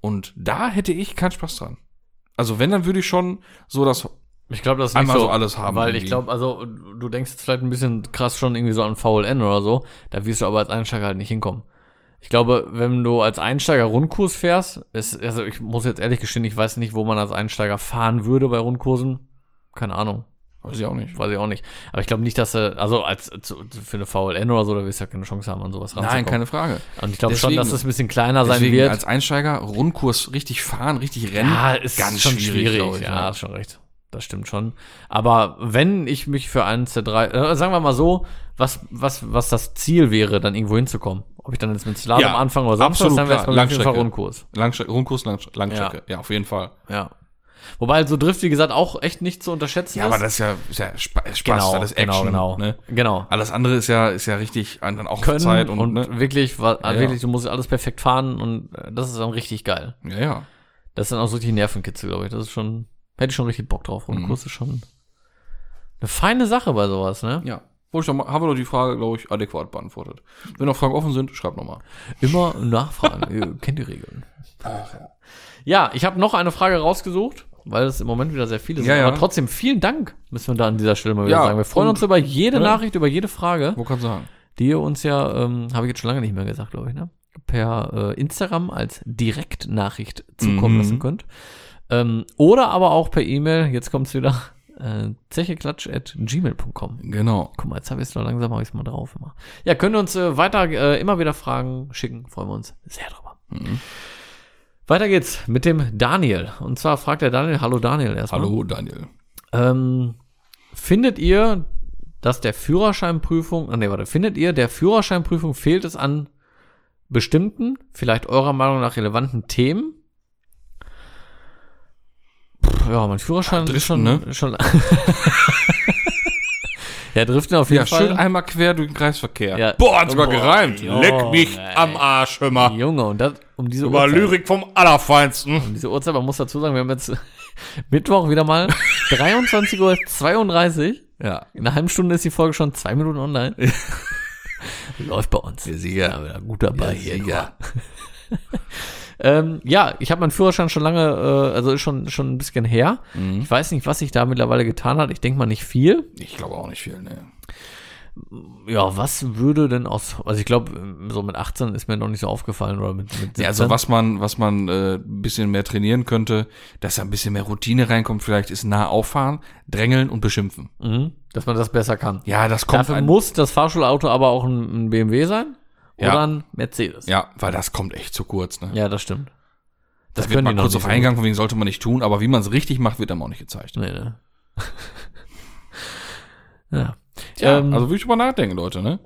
[SPEAKER 3] Und da hätte ich keinen Spaß dran. Also wenn, dann würde ich schon so das.
[SPEAKER 2] Ich glaube, das ist
[SPEAKER 3] Einmal so alles haben
[SPEAKER 2] Weil ich
[SPEAKER 3] irgendwie.
[SPEAKER 2] glaube, also du denkst jetzt vielleicht ein bisschen krass schon irgendwie so an VLN oder so. Da wirst du aber als Einsteiger halt nicht hinkommen. Ich glaube, wenn du als Einsteiger Rundkurs fährst, ist, also ich muss jetzt ehrlich gestehen, ich weiß nicht, wo man als Einsteiger fahren würde bei Rundkursen. Keine Ahnung,
[SPEAKER 3] Weiß ich auch nicht.
[SPEAKER 2] weiß ich auch nicht. Aber ich glaube nicht, dass du, also als zu, für eine VLN oder so, da wirst du ja keine Chance haben, an sowas
[SPEAKER 3] Nein, keine Frage.
[SPEAKER 2] Und ich glaube schon,
[SPEAKER 3] Deswegen-
[SPEAKER 2] dass das ein bisschen kleiner sein
[SPEAKER 3] Deswegen
[SPEAKER 2] wird.
[SPEAKER 3] als Einsteiger Rundkurs richtig fahren, richtig rennen.
[SPEAKER 2] Ja, ist
[SPEAKER 3] ganz
[SPEAKER 2] schon
[SPEAKER 3] schwierig,
[SPEAKER 2] schwierig.
[SPEAKER 3] glaub ich,
[SPEAKER 2] ja,
[SPEAKER 3] ja.
[SPEAKER 2] hast schon recht. Das stimmt schon. Aber wenn ich mich für eins der drei, äh, sagen wir mal so, was, was, was das Ziel wäre, dann irgendwo hinzukommen. Ob ich dann jetzt mit Slalom
[SPEAKER 3] Ja,
[SPEAKER 2] anfange oder sonst was,
[SPEAKER 3] absolut
[SPEAKER 2] dann wäre es
[SPEAKER 3] klar.
[SPEAKER 2] mal auf jeden Fall
[SPEAKER 3] Langstrecke.
[SPEAKER 2] Rundkurs.
[SPEAKER 3] Langstrecke, Rundkurs, Langstrecke. Langstrecke. Ja. auf jeden Fall.
[SPEAKER 2] Ja. Wobei halt so Drift, wie gesagt, auch echt nicht zu unterschätzen
[SPEAKER 3] Ja,
[SPEAKER 2] ist.
[SPEAKER 3] aber das ist ja, ist ja Spa- Spaß,
[SPEAKER 2] genau,
[SPEAKER 3] das ist
[SPEAKER 2] genau,
[SPEAKER 3] Action.
[SPEAKER 2] genau,
[SPEAKER 3] Ne?
[SPEAKER 2] genau.
[SPEAKER 3] Alles andere ist ja, ist ja richtig an- dann auch
[SPEAKER 2] Können
[SPEAKER 3] Zeit und,
[SPEAKER 2] und,
[SPEAKER 3] ne?
[SPEAKER 2] wirklich, wa-
[SPEAKER 3] ja.
[SPEAKER 2] wirklich, du musst alles perfekt fahren und äh, das ist dann richtig geil.
[SPEAKER 3] Ja, ja.
[SPEAKER 2] Das ist dann auch so richtig Nervenkitzel, glaube ich. Das ist schon, hätte ich schon richtig Bock drauf. Und
[SPEAKER 3] Mhm.
[SPEAKER 2] Kurs ist schon eine feine Sache bei sowas, ne?
[SPEAKER 3] Ja. Wo ich noch mal, haben wir doch die Frage, glaube ich, adäquat beantwortet. Wenn noch Fragen offen sind, schreibt nochmal.
[SPEAKER 2] Immer nachfragen. Ihr kennt die Regeln. Ja, ich habe noch eine Frage rausgesucht, weil es im Moment wieder sehr viele sind.
[SPEAKER 3] Ja, ja.
[SPEAKER 2] Aber trotzdem vielen Dank, müssen wir da an dieser Stelle mal wieder
[SPEAKER 3] Ja,
[SPEAKER 2] sagen. Wir freuen
[SPEAKER 3] und- ne?
[SPEAKER 2] uns über jede
[SPEAKER 3] Ja.
[SPEAKER 2] Nachricht, über jede Frage,
[SPEAKER 3] Wo kannst du sagen?
[SPEAKER 2] die ihr uns ja, ähm, habe ich jetzt schon lange nicht mehr gesagt, glaube ich, ne? per äh, Instagram als Direktnachricht zukommen
[SPEAKER 3] Mhm.
[SPEAKER 2] lassen könnt. Ähm, oder aber auch per E-Mail, jetzt kommt's wieder, äh, zecheklatsch.gmail.com.
[SPEAKER 3] Genau.
[SPEAKER 2] Guck mal, jetzt habe ich es noch langsam, habe ich es mal drauf. Immer. Ja, können uns äh, weiter äh, immer wieder Fragen schicken, freuen wir uns sehr drüber.
[SPEAKER 3] Mhm.
[SPEAKER 2] Weiter geht's mit dem Daniel. Und zwar fragt der Daniel, hallo Daniel erstmal.
[SPEAKER 3] Hallo, Daniel.
[SPEAKER 2] Ähm, findet ihr, dass der Führerscheinprüfung, ah, nee, warte, findet ihr, der Führerscheinprüfung fehlt es an bestimmten, vielleicht eurer Meinung nach relevanten Themen? Puh, ja, mein Führerschein ist schon,
[SPEAKER 3] Driften, ne?
[SPEAKER 2] schon ja, driften auf
[SPEAKER 3] Ja,
[SPEAKER 2] jeden Fall.
[SPEAKER 3] schön einmal quer durch den Kreisverkehr.
[SPEAKER 2] Ja.
[SPEAKER 3] Boah, hat sogar
[SPEAKER 2] Boah,
[SPEAKER 3] gereimt.
[SPEAKER 2] Junge,
[SPEAKER 3] Leck mich
[SPEAKER 2] ey.
[SPEAKER 3] am Arsch, hör mal.
[SPEAKER 2] Junge, und das um diese
[SPEAKER 3] Über
[SPEAKER 2] Uhrzeit.
[SPEAKER 3] Lyrik vom Allerfeinsten.
[SPEAKER 2] Um diese Uhrzeit, man muss dazu sagen, wir haben jetzt Mittwoch wieder mal 23.32 Uhr.
[SPEAKER 3] Ja.
[SPEAKER 2] In einer halben Stunde ist die Folge schon zwei Minuten online. Läuft bei uns. Ja, wir sind gut dabei hier.
[SPEAKER 3] Ja.
[SPEAKER 2] Ähm, ja, ich habe meinen Führerschein schon lange, äh, also ist schon, schon ein bisschen her. Ich weiß nicht, was sich da mittlerweile getan hat. Ich denke mal nicht viel.
[SPEAKER 3] Ich glaube auch nicht viel, ne.
[SPEAKER 2] Ja, was würde denn aus, also ich glaube, so mit 18 ist mir noch nicht so aufgefallen oder mit, mit
[SPEAKER 3] Ja, also
[SPEAKER 2] 17.
[SPEAKER 3] was man, was man äh, ein bisschen mehr trainieren könnte, dass da ein bisschen mehr Routine reinkommt, vielleicht ist nah auffahren, drängeln und beschimpfen.
[SPEAKER 2] Mhm, dass man das besser kann.
[SPEAKER 3] Ja, das kommt
[SPEAKER 2] Dafür
[SPEAKER 3] ein-
[SPEAKER 2] muss das Fahrschulauto aber auch ein, ein BMW sein oder
[SPEAKER 3] Ja.
[SPEAKER 2] ein Mercedes.
[SPEAKER 3] Ja, weil das kommt echt zu kurz, ne?
[SPEAKER 2] Ja, das stimmt. Das,
[SPEAKER 3] wird mal kurz
[SPEAKER 2] nicht
[SPEAKER 3] auf
[SPEAKER 2] so
[SPEAKER 3] Eingang, von wegen sollte man nicht tun, aber wie man es richtig macht, wird einem auch nicht gezeigt.
[SPEAKER 2] gut. Nee, ne. ja.
[SPEAKER 3] Tja,
[SPEAKER 2] ähm,
[SPEAKER 3] also würde ich drüber nachdenken, Leute, ne?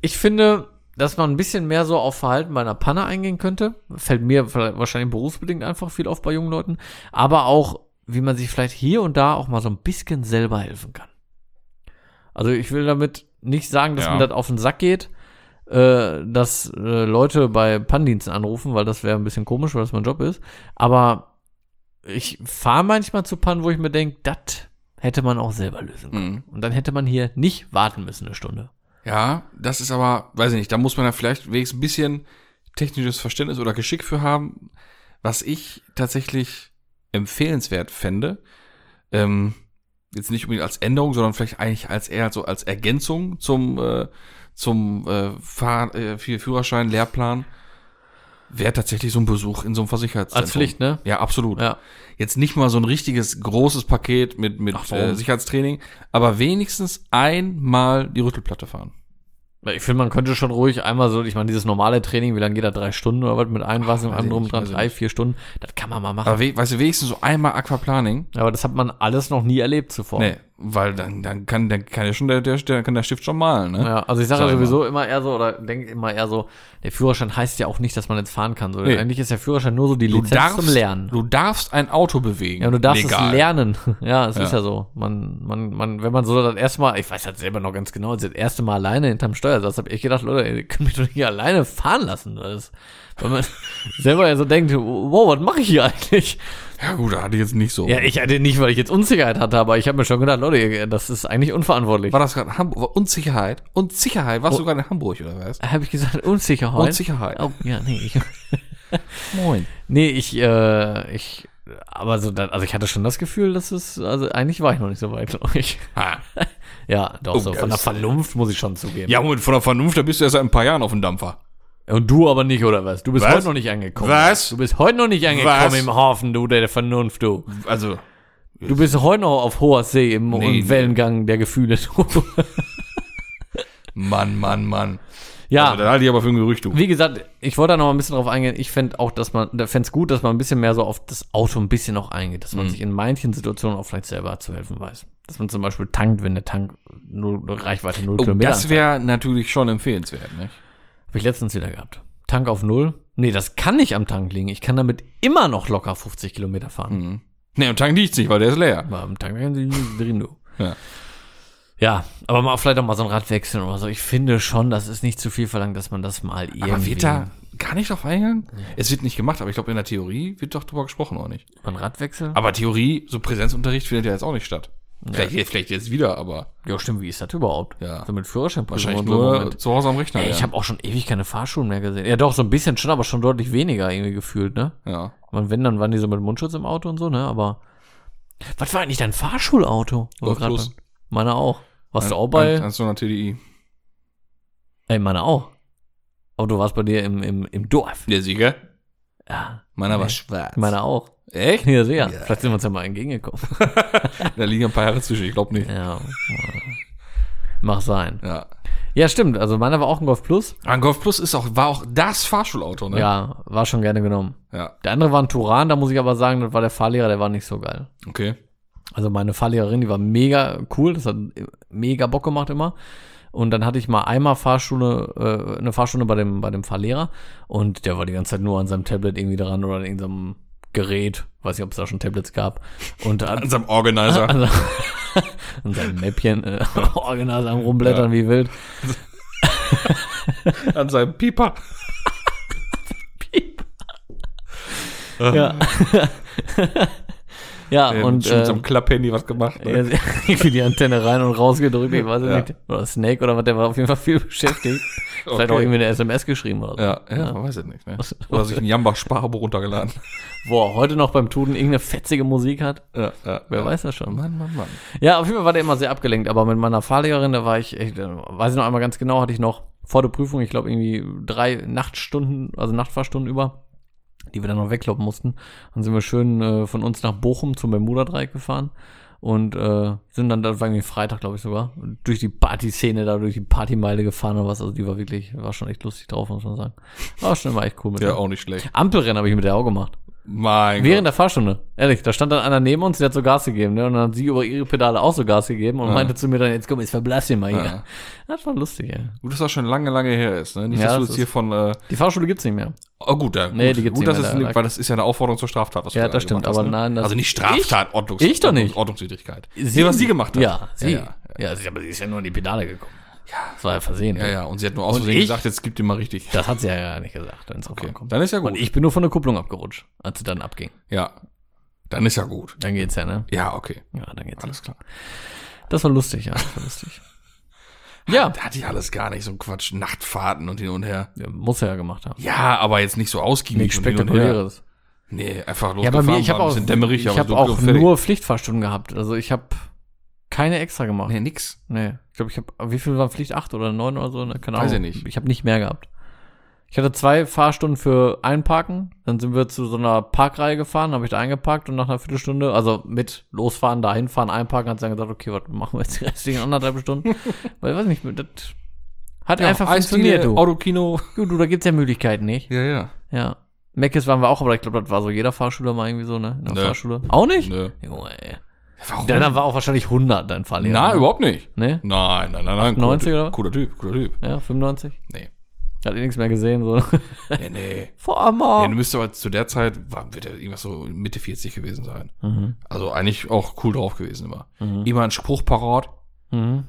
[SPEAKER 2] ich finde, dass man ein bisschen mehr so auf Verhalten bei einer Panne eingehen könnte. Fällt mir vielleicht- wahrscheinlich berufsbedingt einfach viel auf bei jungen Leuten. Aber auch, wie man sich vielleicht hier und da auch mal so ein bisschen selber helfen kann. Also ich will damit nicht sagen, dass
[SPEAKER 3] Ja.
[SPEAKER 2] mir das auf den Sack geht, äh, dass äh, Leute bei Panndiensten anrufen, weil das wäre ein bisschen komisch, weil das mein Job ist. Aber ich fahre manchmal zu Pannen, wo ich mir denke, das hätte man auch selber lösen können.
[SPEAKER 3] Mhm.
[SPEAKER 2] Und dann hätte man hier nicht warten müssen eine Stunde.
[SPEAKER 3] Ja, das ist aber, weiß ich nicht, da muss man ja vielleicht wenigstens ein bisschen technisches Verständnis oder Geschick für haben. Was ich tatsächlich empfehlenswert fände, ähm, jetzt nicht unbedingt als Änderung, sondern vielleicht eigentlich als eher so als Ergänzung zum, äh, zum äh, Fahr äh, Führ- Führerschein, Lehrplan, wäre tatsächlich so ein Besuch in so einem Versicherungszentrum.
[SPEAKER 2] Als Pflicht, ne?
[SPEAKER 3] Ja, absolut.
[SPEAKER 2] Ja.
[SPEAKER 3] Jetzt nicht mal so ein richtiges großes Paket mit, mit
[SPEAKER 2] Ach, warum?
[SPEAKER 3] äh, Sicherheitstraining, aber wenigstens einmal die Rüttelplatte fahren.
[SPEAKER 2] Weil Ich finde, man könnte schon ruhig einmal so, ich meine, dieses normale Training, wie lange geht da? Drei Stunden oder was? Mit einem was und
[SPEAKER 3] weiß
[SPEAKER 2] einem
[SPEAKER 3] ich
[SPEAKER 2] drum
[SPEAKER 3] nicht,
[SPEAKER 2] dran,
[SPEAKER 3] weiß ich
[SPEAKER 2] drei,
[SPEAKER 3] nicht.
[SPEAKER 2] vier Stunden. Das kann man mal machen.
[SPEAKER 3] Aber we weißt du, wenigstens so einmal Aquaplaning.
[SPEAKER 2] Aber das hat man alles noch nie erlebt zuvor.
[SPEAKER 3] Nee, weil dann, dann kann, dann kann ja schon der, der, der, kann der Stift schon malen, ne?
[SPEAKER 2] Ja, also ich sage
[SPEAKER 3] Sag
[SPEAKER 2] ja
[SPEAKER 3] ich
[SPEAKER 2] sowieso immer eher so, oder denke immer eher so, der Führerschein heißt ja auch nicht, dass man jetzt fahren kann. So,
[SPEAKER 3] Nee.
[SPEAKER 2] Eigentlich ist der Führerschein nur so die
[SPEAKER 3] Du
[SPEAKER 2] Lizenz
[SPEAKER 3] darfst,
[SPEAKER 2] zum Lernen.
[SPEAKER 3] du darfst ein Auto bewegen.
[SPEAKER 2] Ja, und du darfst
[SPEAKER 3] legal.
[SPEAKER 2] es lernen. Ja, es
[SPEAKER 3] Ja.
[SPEAKER 2] ist ja so. Man, man, man, wenn man so das erste Mal, ich weiß das selber noch ganz genau, als ich das erste Mal alleine hinterm Steuer saß, habe ich gedacht, Leute, ihr könnt mich doch nicht alleine fahren lassen. Das, wenn man selber ja so denkt, wow, was mache ich hier eigentlich?
[SPEAKER 3] Ja, gut, da hatte ich jetzt nicht so.
[SPEAKER 2] Ja, ich hatte nicht, weil ich jetzt Unsicherheit hatte, aber ich habe mir schon gedacht, Leute, ihr- das ist eigentlich unverantwortlich.
[SPEAKER 3] War das gerade Hamburg? War Unsicherheit? Unsicherheit?
[SPEAKER 2] Oh.
[SPEAKER 3] Warst du gerade in Hamburg, oder was?
[SPEAKER 2] Habe ich gesagt, Unsicherheit.
[SPEAKER 3] Unsicherheit.
[SPEAKER 2] Oh, ja, nee, ich,
[SPEAKER 3] Moin.
[SPEAKER 2] nee, ich, äh, ich, aber so, dann, also ich hatte schon das Gefühl, dass es, also eigentlich war ich noch nicht so weit, glaube ich.
[SPEAKER 3] Ha.
[SPEAKER 2] Ja, doch,
[SPEAKER 3] Oh,
[SPEAKER 2] so,
[SPEAKER 3] ja,
[SPEAKER 2] von der
[SPEAKER 3] ist-
[SPEAKER 2] Vernunft muss ich schon zugeben.
[SPEAKER 3] Ja, und von der Vernunft, da bist du erst seit ein paar Jahren auf dem Dampfer.
[SPEAKER 2] Und du aber nicht, oder was? Du bist
[SPEAKER 3] Was?
[SPEAKER 2] heute noch nicht angekommen.
[SPEAKER 3] Was?
[SPEAKER 2] Du bist heute noch nicht angekommen
[SPEAKER 3] Was?
[SPEAKER 2] im Hafen, du, der Vernunft, du.
[SPEAKER 3] Also,
[SPEAKER 2] Du bist heute noch auf hoher See im,
[SPEAKER 3] Nee,
[SPEAKER 2] im Wellengang der Gefühle, du.
[SPEAKER 3] Mann, Mann, Mann.
[SPEAKER 2] ja.
[SPEAKER 3] Also, da halte ich aber für ein Gerücht, du.
[SPEAKER 2] Wie gesagt, ich wollte da noch mal ein bisschen drauf eingehen. Ich fände auch, dass man, da fände es gut, dass man ein bisschen mehr so auf das Auto ein bisschen noch eingeht, dass man
[SPEAKER 3] Mhm.
[SPEAKER 2] sich in manchen Situationen auch vielleicht selber zu helfen weiß. Dass man zum Beispiel tankt, wenn der Tank nur eine Reichweite 0
[SPEAKER 3] Oh,
[SPEAKER 2] Kilometer
[SPEAKER 3] das
[SPEAKER 2] hat.
[SPEAKER 3] wäre natürlich schon empfehlenswert, ne?
[SPEAKER 2] Habe ich letztens wieder gehabt. Tank auf null. Nee, das kann nicht am Tank liegen. Ich kann damit immer noch locker 50 Kilometer fahren.
[SPEAKER 3] Ne, und Tank liegt's nicht, weil der ist leer.
[SPEAKER 2] Aber am Tank kann sie nicht drin, du.
[SPEAKER 3] Ja.
[SPEAKER 2] Ja, aber mal vielleicht auch mal so ein Rad wechseln oder so. Ich finde schon, das ist nicht zu viel verlangt, dass man das mal irgendwie.
[SPEAKER 3] Aber wird da, gar nicht drauf eingegangen? Es wird nicht gemacht, aber ich glaube, in der Theorie wird doch drüber gesprochen, oder nicht?
[SPEAKER 2] Ein Radwechsel?
[SPEAKER 3] Aber Theorie, so Präsenzunterricht findet ja jetzt auch nicht statt. Vielleicht, vielleicht jetzt wieder, aber
[SPEAKER 2] Ja, stimmt, wie ist das überhaupt?
[SPEAKER 3] Ja.
[SPEAKER 2] So mit Führerscheinprüfung
[SPEAKER 3] wahrscheinlich
[SPEAKER 2] und so im
[SPEAKER 3] nur
[SPEAKER 2] Moment.
[SPEAKER 3] zu Hause am Rechner.
[SPEAKER 2] Ey, ich
[SPEAKER 3] ja.
[SPEAKER 2] habe auch schon ewig keine Fahrschulen mehr gesehen. Ja, doch, so ein bisschen schon, aber schon deutlich weniger irgendwie gefühlt, ne?
[SPEAKER 3] ja.
[SPEAKER 2] Man, wenn, dann waren die so mit Mundschutz im Auto und so, ne? Aber was war eigentlich dein Fahrschulauto? Wo wir
[SPEAKER 3] Läuft
[SPEAKER 2] grad
[SPEAKER 3] los.
[SPEAKER 2] waren? Meiner auch. Warst du auch
[SPEAKER 3] An,
[SPEAKER 2] bei?
[SPEAKER 3] an so einer TDI.
[SPEAKER 2] Ey, meiner auch. Aber du warst bei dir im, im, im Dorf.
[SPEAKER 3] Der Sieger?
[SPEAKER 2] Ja,
[SPEAKER 3] Meiner war
[SPEAKER 2] Nee.
[SPEAKER 3] schwarz.
[SPEAKER 2] meiner auch.
[SPEAKER 3] Echt?
[SPEAKER 2] Ja,
[SPEAKER 3] Ja.
[SPEAKER 2] sehr. Vielleicht sind wir uns ja mal entgegengekommen.
[SPEAKER 3] Da liegen ein paar Jahre zwischen, ich glaube nicht.
[SPEAKER 2] ja. Mach sein.
[SPEAKER 3] Ja.
[SPEAKER 2] Ja, stimmt. Also meiner war auch ein Golf Plus.
[SPEAKER 3] Ein Golf Plus ist auch, war auch das Fahrschulauto, ne?
[SPEAKER 2] Ja, war schon gerne genommen.
[SPEAKER 3] Ja.
[SPEAKER 2] Der andere war ein Turan, da muss ich aber sagen, das war der Fahrlehrer, der war nicht so geil.
[SPEAKER 3] Okay.
[SPEAKER 2] Also meine Fahrlehrerin, die war mega cool, das hat mega Bock gemacht immer. Und dann hatte ich mal einmal Fahrschule, äh, eine Fahrstunde bei dem, bei dem Fahrlehrer und der war die ganze Zeit nur an seinem Tablet irgendwie dran oder an irgendeinem Gerät, weiß nicht, ob es da schon Tablets gab. Und hat,
[SPEAKER 3] An seinem Organizer.
[SPEAKER 2] also, an seinem Mäppchen, äh, Organizer am Rumblättern wie wild.
[SPEAKER 3] an seinem Pieper.
[SPEAKER 2] Ja. ja,
[SPEAKER 3] Der hat
[SPEAKER 2] und.
[SPEAKER 3] schon mit
[SPEAKER 2] Äh,
[SPEAKER 3] seinem Klapphandy was gemacht. Ne?
[SPEAKER 2] er hat irgendwie die Antenne rein und raus gedrückt, ich weiß es
[SPEAKER 3] Ja.
[SPEAKER 2] nicht. Oder Snake oder was, der war auf jeden Fall viel beschäftigt. Vielleicht auch
[SPEAKER 3] Okay.
[SPEAKER 2] irgendwie eine SMS geschrieben oder so.
[SPEAKER 3] Ja, ja, man weiß es nicht. Ne? Oder sich ein Jamba-Sparabo runtergeladen.
[SPEAKER 2] Boah, heute noch beim Tuden irgendeine fetzige Musik hat.
[SPEAKER 3] Ja, ja,
[SPEAKER 2] Wer weiß das schon.
[SPEAKER 3] Mann, Mann, Mann.
[SPEAKER 2] Ja, auf jeden Fall war der immer sehr abgelenkt, aber mit meiner Fahrlehrerin, da war ich, echt, äh, weiß ich noch einmal ganz genau, hatte ich noch vor der Prüfung, ich glaube irgendwie drei Nachtstunden, also Nachtfahrstunden über, die wir dann noch wegkloppen mussten. Dann sind wir schön äh, von uns nach Bochum zum Bermuda-Dreieck gefahren und äh, sind dann, das war irgendwie Freitag, glaube ich sogar, durch die Partyszene da, durch die Partymeile gefahren oder was, also die war wirklich, war schon echt lustig drauf, muss man sagen. War schon immer echt cool mit
[SPEAKER 3] Ja,
[SPEAKER 2] der.
[SPEAKER 3] auch nicht schlecht.
[SPEAKER 2] Ampelrennen habe ich mit der auch gemacht.
[SPEAKER 3] Mein
[SPEAKER 2] Während der Fahrstunde. Ehrlich, da stand dann einer neben uns, der hat so Gas gegeben, ne? Und dann hat sie über ihre Pedale auch so Gas gegeben und
[SPEAKER 3] Ja.
[SPEAKER 2] meinte zu mir dann, jetzt komm, jetzt verblass den mal hier.
[SPEAKER 3] Ja.
[SPEAKER 2] Das war lustig, ey.
[SPEAKER 3] Gut, dass das schon lange, lange her ist. Ne? Nicht,
[SPEAKER 2] Ja,
[SPEAKER 3] dass du
[SPEAKER 2] das
[SPEAKER 3] jetzt hier von... Äh,
[SPEAKER 2] Die Fahrschule gibt's nicht mehr.
[SPEAKER 3] oh gut, ja, gut.
[SPEAKER 2] Nee, die gibt's
[SPEAKER 3] gut, dass
[SPEAKER 2] nicht mehr,
[SPEAKER 3] es
[SPEAKER 2] da-
[SPEAKER 3] nicht, weil das ist ja eine Aufforderung zur Straftat. was du
[SPEAKER 2] Ja,
[SPEAKER 3] da
[SPEAKER 2] das stimmt,
[SPEAKER 3] gemacht hast,
[SPEAKER 2] aber nein, das-
[SPEAKER 3] also nicht Straftat, Ordnungs
[SPEAKER 2] Ich doch nicht.
[SPEAKER 3] Ordnungswidrigkeit. nee, was sie gemacht hat.
[SPEAKER 2] Ja, sie.
[SPEAKER 3] Ja,
[SPEAKER 2] Ja, sie, aber sie ist ja nur in die Pedale gekommen. Ja. Das war ja versehen.
[SPEAKER 3] ja,
[SPEAKER 2] ne?
[SPEAKER 3] ja. Und sie hat nur aus
[SPEAKER 2] Und
[SPEAKER 3] Versehen
[SPEAKER 2] ich?
[SPEAKER 3] gesagt, jetzt gib dir mal richtig.
[SPEAKER 2] Das hat sie ja gar nicht gesagt, wenn es drauf ankommt.
[SPEAKER 3] Dann ist ja gut.
[SPEAKER 2] Und ich bin nur von der Kupplung abgerutscht, als sie dann abging.
[SPEAKER 3] Ja, dann ist ja gut.
[SPEAKER 2] Dann geht's ja, ne?
[SPEAKER 3] Ja, okay.
[SPEAKER 2] Ja, dann geht's.
[SPEAKER 3] Alles klar.
[SPEAKER 2] Das war lustig, ja. Das war lustig. ja.
[SPEAKER 3] Da hatte ich alles gar nicht so einen Quatsch. Nachtfahrten und hin und her.
[SPEAKER 2] ja. Muss er ja gemacht haben.
[SPEAKER 3] Ja, aber jetzt nicht so ausgiebig.
[SPEAKER 2] Nichts
[SPEAKER 3] und hin und her.
[SPEAKER 2] Spektakuläres.
[SPEAKER 3] Nee, einfach
[SPEAKER 2] Ja, bei
[SPEAKER 3] losgefahren.
[SPEAKER 2] mir, ich
[SPEAKER 3] war
[SPEAKER 2] habe auch,
[SPEAKER 3] ein bisschen dämmerig,
[SPEAKER 2] ich
[SPEAKER 3] aber
[SPEAKER 2] hab
[SPEAKER 3] so
[SPEAKER 2] auch
[SPEAKER 3] fertig.
[SPEAKER 2] nur Pflichtfahrstunden gehabt. Also ich habe keine extra gemacht.
[SPEAKER 3] Nee,
[SPEAKER 2] Nee.
[SPEAKER 3] nix.
[SPEAKER 2] Ich glaube, ich habe, wie viel waren Pflicht? Acht oder neun oder so? Ne, Keine
[SPEAKER 3] Weiß
[SPEAKER 2] Ahnung.
[SPEAKER 3] ich nicht.
[SPEAKER 2] Ich habe nicht mehr gehabt. Ich hatte zwei Fahrstunden für Einparken. Dann sind wir zu so einer Parkreihe gefahren, habe ich da eingeparkt und nach einer Viertelstunde, also mit losfahren, dahin fahren, einparken, hat sie dann gesagt, okay, was machen wir jetzt die restlichen anderthalb Stunden? Weil, weiß nicht, das hat einfach funktioniert,
[SPEAKER 3] Eisdiele,
[SPEAKER 2] du.
[SPEAKER 3] Autokino.
[SPEAKER 2] du. Du, da gibt's ja Möglichkeiten nicht.
[SPEAKER 3] Ja, ja.
[SPEAKER 2] Ja. Meckes waren wir auch, aber ich glaube, das war so jeder Fahrschüler mal irgendwie so, ne? In der
[SPEAKER 3] Nö.
[SPEAKER 2] Fahrschule. Auch nicht?
[SPEAKER 3] Nö.
[SPEAKER 2] Junge, ey.
[SPEAKER 3] Warum?
[SPEAKER 2] Der dann war auch wahrscheinlich 100, dein Fahrlehrer.
[SPEAKER 3] Na, überhaupt nicht.
[SPEAKER 2] Ne?
[SPEAKER 3] Nein, nein, nein, nein.
[SPEAKER 2] 98 oder was?
[SPEAKER 3] Cooler Typ, cooler Typ.
[SPEAKER 2] Ja, 95.
[SPEAKER 3] Nee.
[SPEAKER 2] Hat eh nichts mehr gesehen, so.
[SPEAKER 3] Nee, nee.
[SPEAKER 2] Vor Amor.
[SPEAKER 3] Ja, du müsstest aber zu der Zeit, war, wird er irgendwas so Mitte 40 gewesen sein.
[SPEAKER 2] Mhm.
[SPEAKER 3] Also eigentlich auch cool drauf gewesen immer. Immer ein Spruch parat.
[SPEAKER 2] Mhm.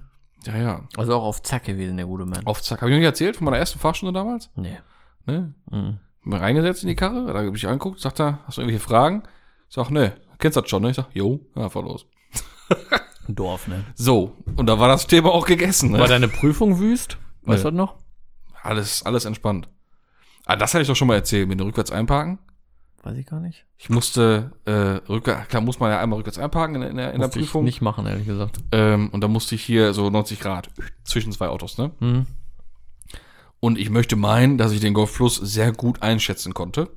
[SPEAKER 3] Ja, ja.
[SPEAKER 2] Also auch auf Zack gewesen, der gute Mann.
[SPEAKER 3] Auf Zack. Habe ich noch nicht erzählt von meiner ersten Fahrstunde damals?
[SPEAKER 2] Nee.
[SPEAKER 3] Ne?
[SPEAKER 2] Mhm.
[SPEAKER 3] Bin reingesetzt in die Karre, da habe ich angeguckt, sagt er, hast du irgendwelche Fragen? Ich sag, ne, kennst das schon, ne? Ich sag, jo, ja, fahr los.
[SPEAKER 2] Ein Dorf, ne?
[SPEAKER 3] So, und da war das Thema auch gegessen.
[SPEAKER 2] War
[SPEAKER 3] Ne?
[SPEAKER 2] deine Prüfung wüst? Weißt
[SPEAKER 3] Nee.
[SPEAKER 2] du das noch?
[SPEAKER 3] Alles, alles entspannt. Ah, das hatte ich doch schon mal erzählt, mit dem rückwärts einparken.
[SPEAKER 2] Weiß ich gar nicht.
[SPEAKER 3] Ich musste, äh, rückwärts, klar muss man ja einmal rückwärts einparken in, der- in der, in der
[SPEAKER 2] Musste
[SPEAKER 3] Prüfung.
[SPEAKER 2] ich nicht machen, ehrlich gesagt.
[SPEAKER 3] Ähm, und da musste ich hier so 90 Grad zwischen zwei Autos, ne?
[SPEAKER 2] Mhm.
[SPEAKER 3] Und ich möchte meinen, dass ich den Golf Plus sehr gut einschätzen konnte.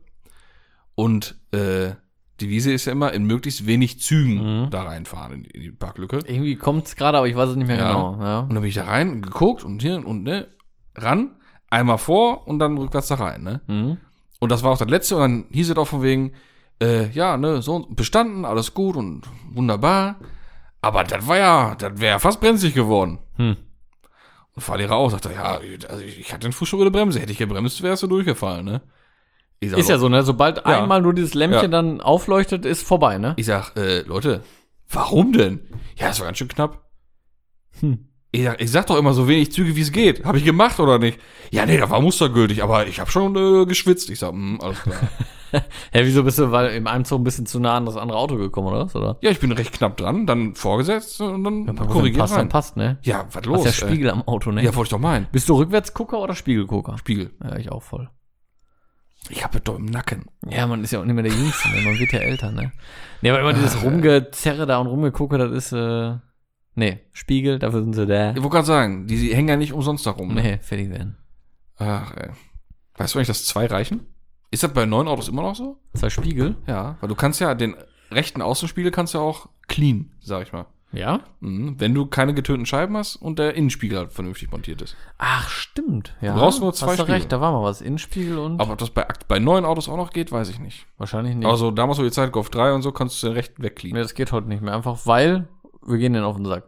[SPEAKER 3] Und äh, die Wiese ist ja immer in möglichst wenig Zügen
[SPEAKER 2] Mhm.
[SPEAKER 3] da reinfahren in, in die Parklücke.
[SPEAKER 2] Irgendwie kommt's gerade, aber ich weiß es nicht mehr
[SPEAKER 3] Ja.
[SPEAKER 2] genau. Ja.
[SPEAKER 3] Und dann bin ich da rein und geguckt und hier und ne, ran, einmal vor und dann rückwärts da rein, ne?
[SPEAKER 2] Mhm.
[SPEAKER 3] Und das war auch das letzte und dann hieß es auch von wegen, äh, ja, ne, so und- bestanden, alles gut und wunderbar. Aber das war ja, das wäre ja fast brenzlig geworden.
[SPEAKER 2] Hm.
[SPEAKER 3] Und Fahrlehrer auch sagte, ja, also ich, ich hatte den Fuß schon über der Bremse. Hätte ich gebremst, wärst du durchgefallen, ne? Ich sag,
[SPEAKER 2] Ist ja so, ne? Sobald einmal nur dieses Lämpchen
[SPEAKER 3] Ja.
[SPEAKER 2] dann aufleuchtet, ist vorbei, ne?
[SPEAKER 3] Ich sag, äh, Leute, warum denn? Ja, das war ganz schön knapp.
[SPEAKER 2] Hm.
[SPEAKER 3] Ich, sag- ich sag doch immer so wenig Züge, wie es geht. Habe ich gemacht oder nicht? Ja, nee, da war mustergültig, aber ich habe schon äh, geschwitzt. Ich sag, mm, alles klar.
[SPEAKER 2] Hä, wieso bist du, weil in einem Zug ein bisschen zu nah an das andere Auto gekommen, oder was? Oder?
[SPEAKER 3] ja, ich bin recht knapp dran, dann vorgesetzt und dann
[SPEAKER 2] Wenn
[SPEAKER 3] korrigiert
[SPEAKER 2] passt, dann
[SPEAKER 3] rein.
[SPEAKER 2] passt, ne?
[SPEAKER 3] Ja, was
[SPEAKER 2] Hast
[SPEAKER 3] los?
[SPEAKER 2] ja Spiegel am Auto, ne?
[SPEAKER 3] Äh, ja, wollte ich doch meinen.
[SPEAKER 2] Bist du Rückwärtsgucker oder Spiegelgucker?
[SPEAKER 3] Spiegel.
[SPEAKER 2] Ja, ich auch voll.
[SPEAKER 3] Ich habe doch im Nacken.
[SPEAKER 2] Ja, man ist ja auch nicht mehr der Jüngste, ne? man wird ja älter, ne? Ne, aber immer dieses Rumgezerre da und Rumgegucke, das ist, äh, nee, Spiegel, dafür sind sie da.
[SPEAKER 3] Ich wollte gerade sagen, die, die hängen ja nicht umsonst da rum. Ne?
[SPEAKER 2] Nee, fertig werden.
[SPEAKER 3] Ach, ey. Weißt du eigentlich, dass zwei reichen? Ist das bei neuen Autos immer noch so?
[SPEAKER 2] Zwei Spiegel?
[SPEAKER 3] Ja, weil du kannst ja den rechten Außenspiegel kannst ja auch clean, sag ich mal.
[SPEAKER 2] Ja.
[SPEAKER 3] Mhm. Wenn du keine getönten Scheiben hast und der Innenspiegel halt vernünftig montiert ist.
[SPEAKER 2] Ach, stimmt. Ja.
[SPEAKER 3] Du brauchst nur zwei
[SPEAKER 2] Hast du
[SPEAKER 3] Spiegel.
[SPEAKER 2] recht, da war mal was. Innenspiegel und
[SPEAKER 3] Aber ob das bei, Akt- bei neuen Autos auch noch geht, weiß ich nicht.
[SPEAKER 2] wahrscheinlich nicht.
[SPEAKER 3] Also damals so die Zeit Golf 3 und so kannst du den rechten
[SPEAKER 2] nee,
[SPEAKER 3] wegcleanen.
[SPEAKER 2] das geht heute nicht mehr. Einfach weil wir gehen den auf den Sack.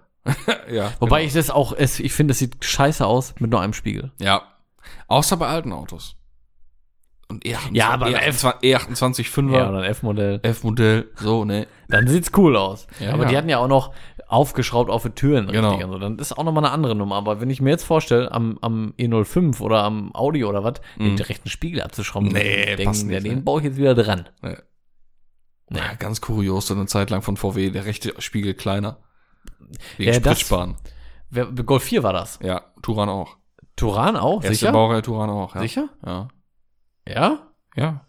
[SPEAKER 3] Ja.
[SPEAKER 2] Wobei ich das auch, es, ich finde, es sieht scheiße aus mit nur einem Spiegel.
[SPEAKER 3] Ja. Außer bei alten Autos. Und E E28,
[SPEAKER 2] Ja, aber
[SPEAKER 3] E28 5er,
[SPEAKER 2] Ja, oder ein F-Modell.
[SPEAKER 3] E F-Modell, so, ne.
[SPEAKER 2] Dann sieht's cool aus.
[SPEAKER 3] Ja,
[SPEAKER 2] aber
[SPEAKER 3] ja.
[SPEAKER 2] die hatten ja auch noch aufgeschraubt auf die Türen. richtig
[SPEAKER 3] Genau.
[SPEAKER 2] und so. Dann ist auch nochmal eine andere Nummer. Aber wenn ich mir jetzt vorstelle, am, am E05 oder am Audi oder was, den rechten Spiegel abzuschrauben,
[SPEAKER 3] Mhm. Nee,
[SPEAKER 2] dann
[SPEAKER 3] passt
[SPEAKER 2] denken, ja,
[SPEAKER 3] nicht, ne?
[SPEAKER 2] den baue ich jetzt wieder dran. Nee.
[SPEAKER 3] Ja, ganz kurios, dann eine Zeit lang von VW, der rechte Spiegel kleiner. Wegen
[SPEAKER 2] Ja, das-
[SPEAKER 3] Spritsparen.
[SPEAKER 2] Wer, Golf 4 war das.
[SPEAKER 3] Ja, Turan auch.
[SPEAKER 2] Turan auch,
[SPEAKER 3] Erste
[SPEAKER 2] sicher?
[SPEAKER 3] Baureihe Turan auch, ja.
[SPEAKER 2] Sicher?
[SPEAKER 3] Ja.
[SPEAKER 2] Ja?
[SPEAKER 3] Ja.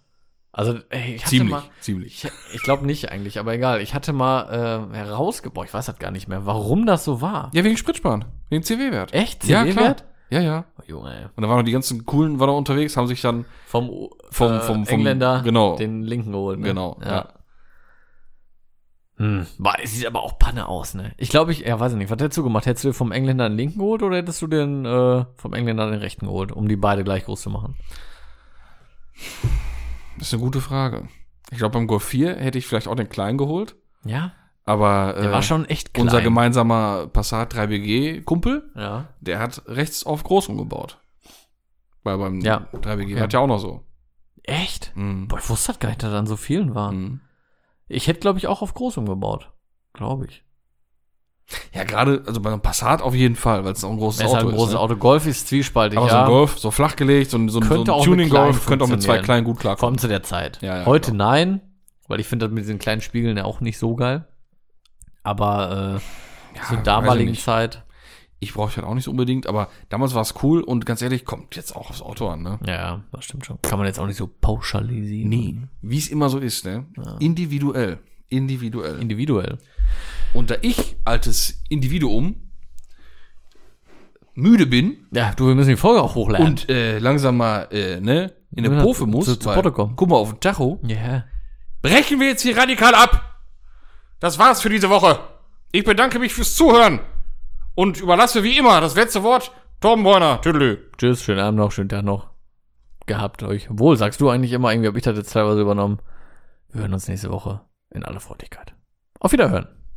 [SPEAKER 2] Also, ey, ich hatte
[SPEAKER 3] Ziemlich,
[SPEAKER 2] mal,
[SPEAKER 3] ziemlich.
[SPEAKER 2] ich, ich glaube nicht eigentlich, aber egal. Ich hatte mal äh, herausgebracht, ich weiß das gar nicht mehr, warum das so war.
[SPEAKER 3] Ja, wegen Spritsparen. Wegen CW-Wert.
[SPEAKER 2] Echt?
[SPEAKER 3] Ja, klar.
[SPEAKER 2] CW-Wert?
[SPEAKER 3] Ja, ja.
[SPEAKER 2] Oh, Junge, ey.
[SPEAKER 3] Und da waren noch die ganzen coolen, waren noch unterwegs, haben sich dann,
[SPEAKER 2] vom, U-
[SPEAKER 3] Vom-
[SPEAKER 2] äh,
[SPEAKER 3] vom- vom-
[SPEAKER 2] Engländer
[SPEAKER 3] genau.
[SPEAKER 2] den Linken geholt. Ne?
[SPEAKER 3] genau,
[SPEAKER 2] Ja.
[SPEAKER 3] ja.
[SPEAKER 2] Hm. Boah, es sieht aber auch Panne aus, ne? Ich glaube, ich, ja, weiß ich nicht, was hättest du gemacht? Hättest du dir vom Engländer den Linken geholt oder hättest du den äh, vom Engländer den Rechten geholt, um die beide gleich groß zu machen?
[SPEAKER 3] Das ist eine gute Frage. Ich glaube, beim Golf 4 hätte ich vielleicht auch den kleinen geholt,
[SPEAKER 2] Ja,
[SPEAKER 3] aber
[SPEAKER 2] der
[SPEAKER 3] äh,
[SPEAKER 2] war schon echt klein.
[SPEAKER 3] unser gemeinsamer Passat 3BG-Kumpel,
[SPEAKER 2] ja.
[SPEAKER 3] der hat rechts auf groß umgebaut. Weil beim
[SPEAKER 2] Ja.
[SPEAKER 3] 3BG
[SPEAKER 2] Ja.
[SPEAKER 3] hat ja auch noch so.
[SPEAKER 2] Echt?
[SPEAKER 3] Mhm.
[SPEAKER 2] Boah, ich wusste das gar nicht, dass da an so vielen waren.
[SPEAKER 3] Mhm.
[SPEAKER 2] Ich hätte, glaube ich, auch auf groß umgebaut. Glaube ich.
[SPEAKER 3] Ja, gerade, also bei einem Passat auf jeden Fall, weil es auch ein großes
[SPEAKER 2] Das ist
[SPEAKER 3] Auto
[SPEAKER 2] halt ein großes
[SPEAKER 3] ne?
[SPEAKER 2] Auto. Golf ist zwiespaltig,
[SPEAKER 3] Aber so
[SPEAKER 2] ja.
[SPEAKER 3] ein Golf, so flach gelegt, so ein, so ein, so ein
[SPEAKER 2] Könnte auch mit
[SPEAKER 3] Tuning-Golf
[SPEAKER 2] kleinen
[SPEAKER 3] könnte auch mit zwei
[SPEAKER 2] funktionieren.
[SPEAKER 3] kleinen gut
[SPEAKER 2] Vor allem
[SPEAKER 3] klarkommen.
[SPEAKER 2] zu der Zeit.
[SPEAKER 3] Ja, ja,
[SPEAKER 2] Heute
[SPEAKER 3] genau.
[SPEAKER 2] nein, weil ich finde das mit diesen kleinen Spiegeln ja auch nicht so geil. Aber äh, zur
[SPEAKER 3] weiß ich
[SPEAKER 2] damaligen
[SPEAKER 3] nicht.
[SPEAKER 2] Zeit,
[SPEAKER 3] Ich brauche ich halt auch nicht so unbedingt, aber damals war es cool und ganz ehrlich, kommt jetzt auch aufs Auto an, ne?
[SPEAKER 2] ja, ja, das stimmt schon. Kann man jetzt auch nicht so pauschalisieren.
[SPEAKER 3] Wie es immer so ist, ne? Individuell. Individuell.
[SPEAKER 2] Individuell.
[SPEAKER 3] Und da ich, altes Individuum, müde bin
[SPEAKER 2] Ja, du, wir müssen die Folge auch hochladen.
[SPEAKER 3] und äh, langsam mal äh, ne, in der
[SPEAKER 2] Ja,
[SPEAKER 3] Pofe muss,
[SPEAKER 2] zu- zu
[SPEAKER 3] weil,
[SPEAKER 2] Potte kommen.
[SPEAKER 3] guck mal auf den Tacho,
[SPEAKER 2] Ja.
[SPEAKER 3] brechen wir jetzt hier radikal ab. Das war's für diese Woche. Ich bedanke mich fürs Zuhören und überlasse wie immer das letzte Wort Torben Bräuner. Tüdelü.
[SPEAKER 2] Tschüss, schönen Abend noch, schönen Tag noch. Gehabt euch. Wohl, sagst du eigentlich immer, irgendwie habe ich das jetzt teilweise übernommen. Wir hören uns nächste Woche in aller Freudigkeit. Auf Wiederhören.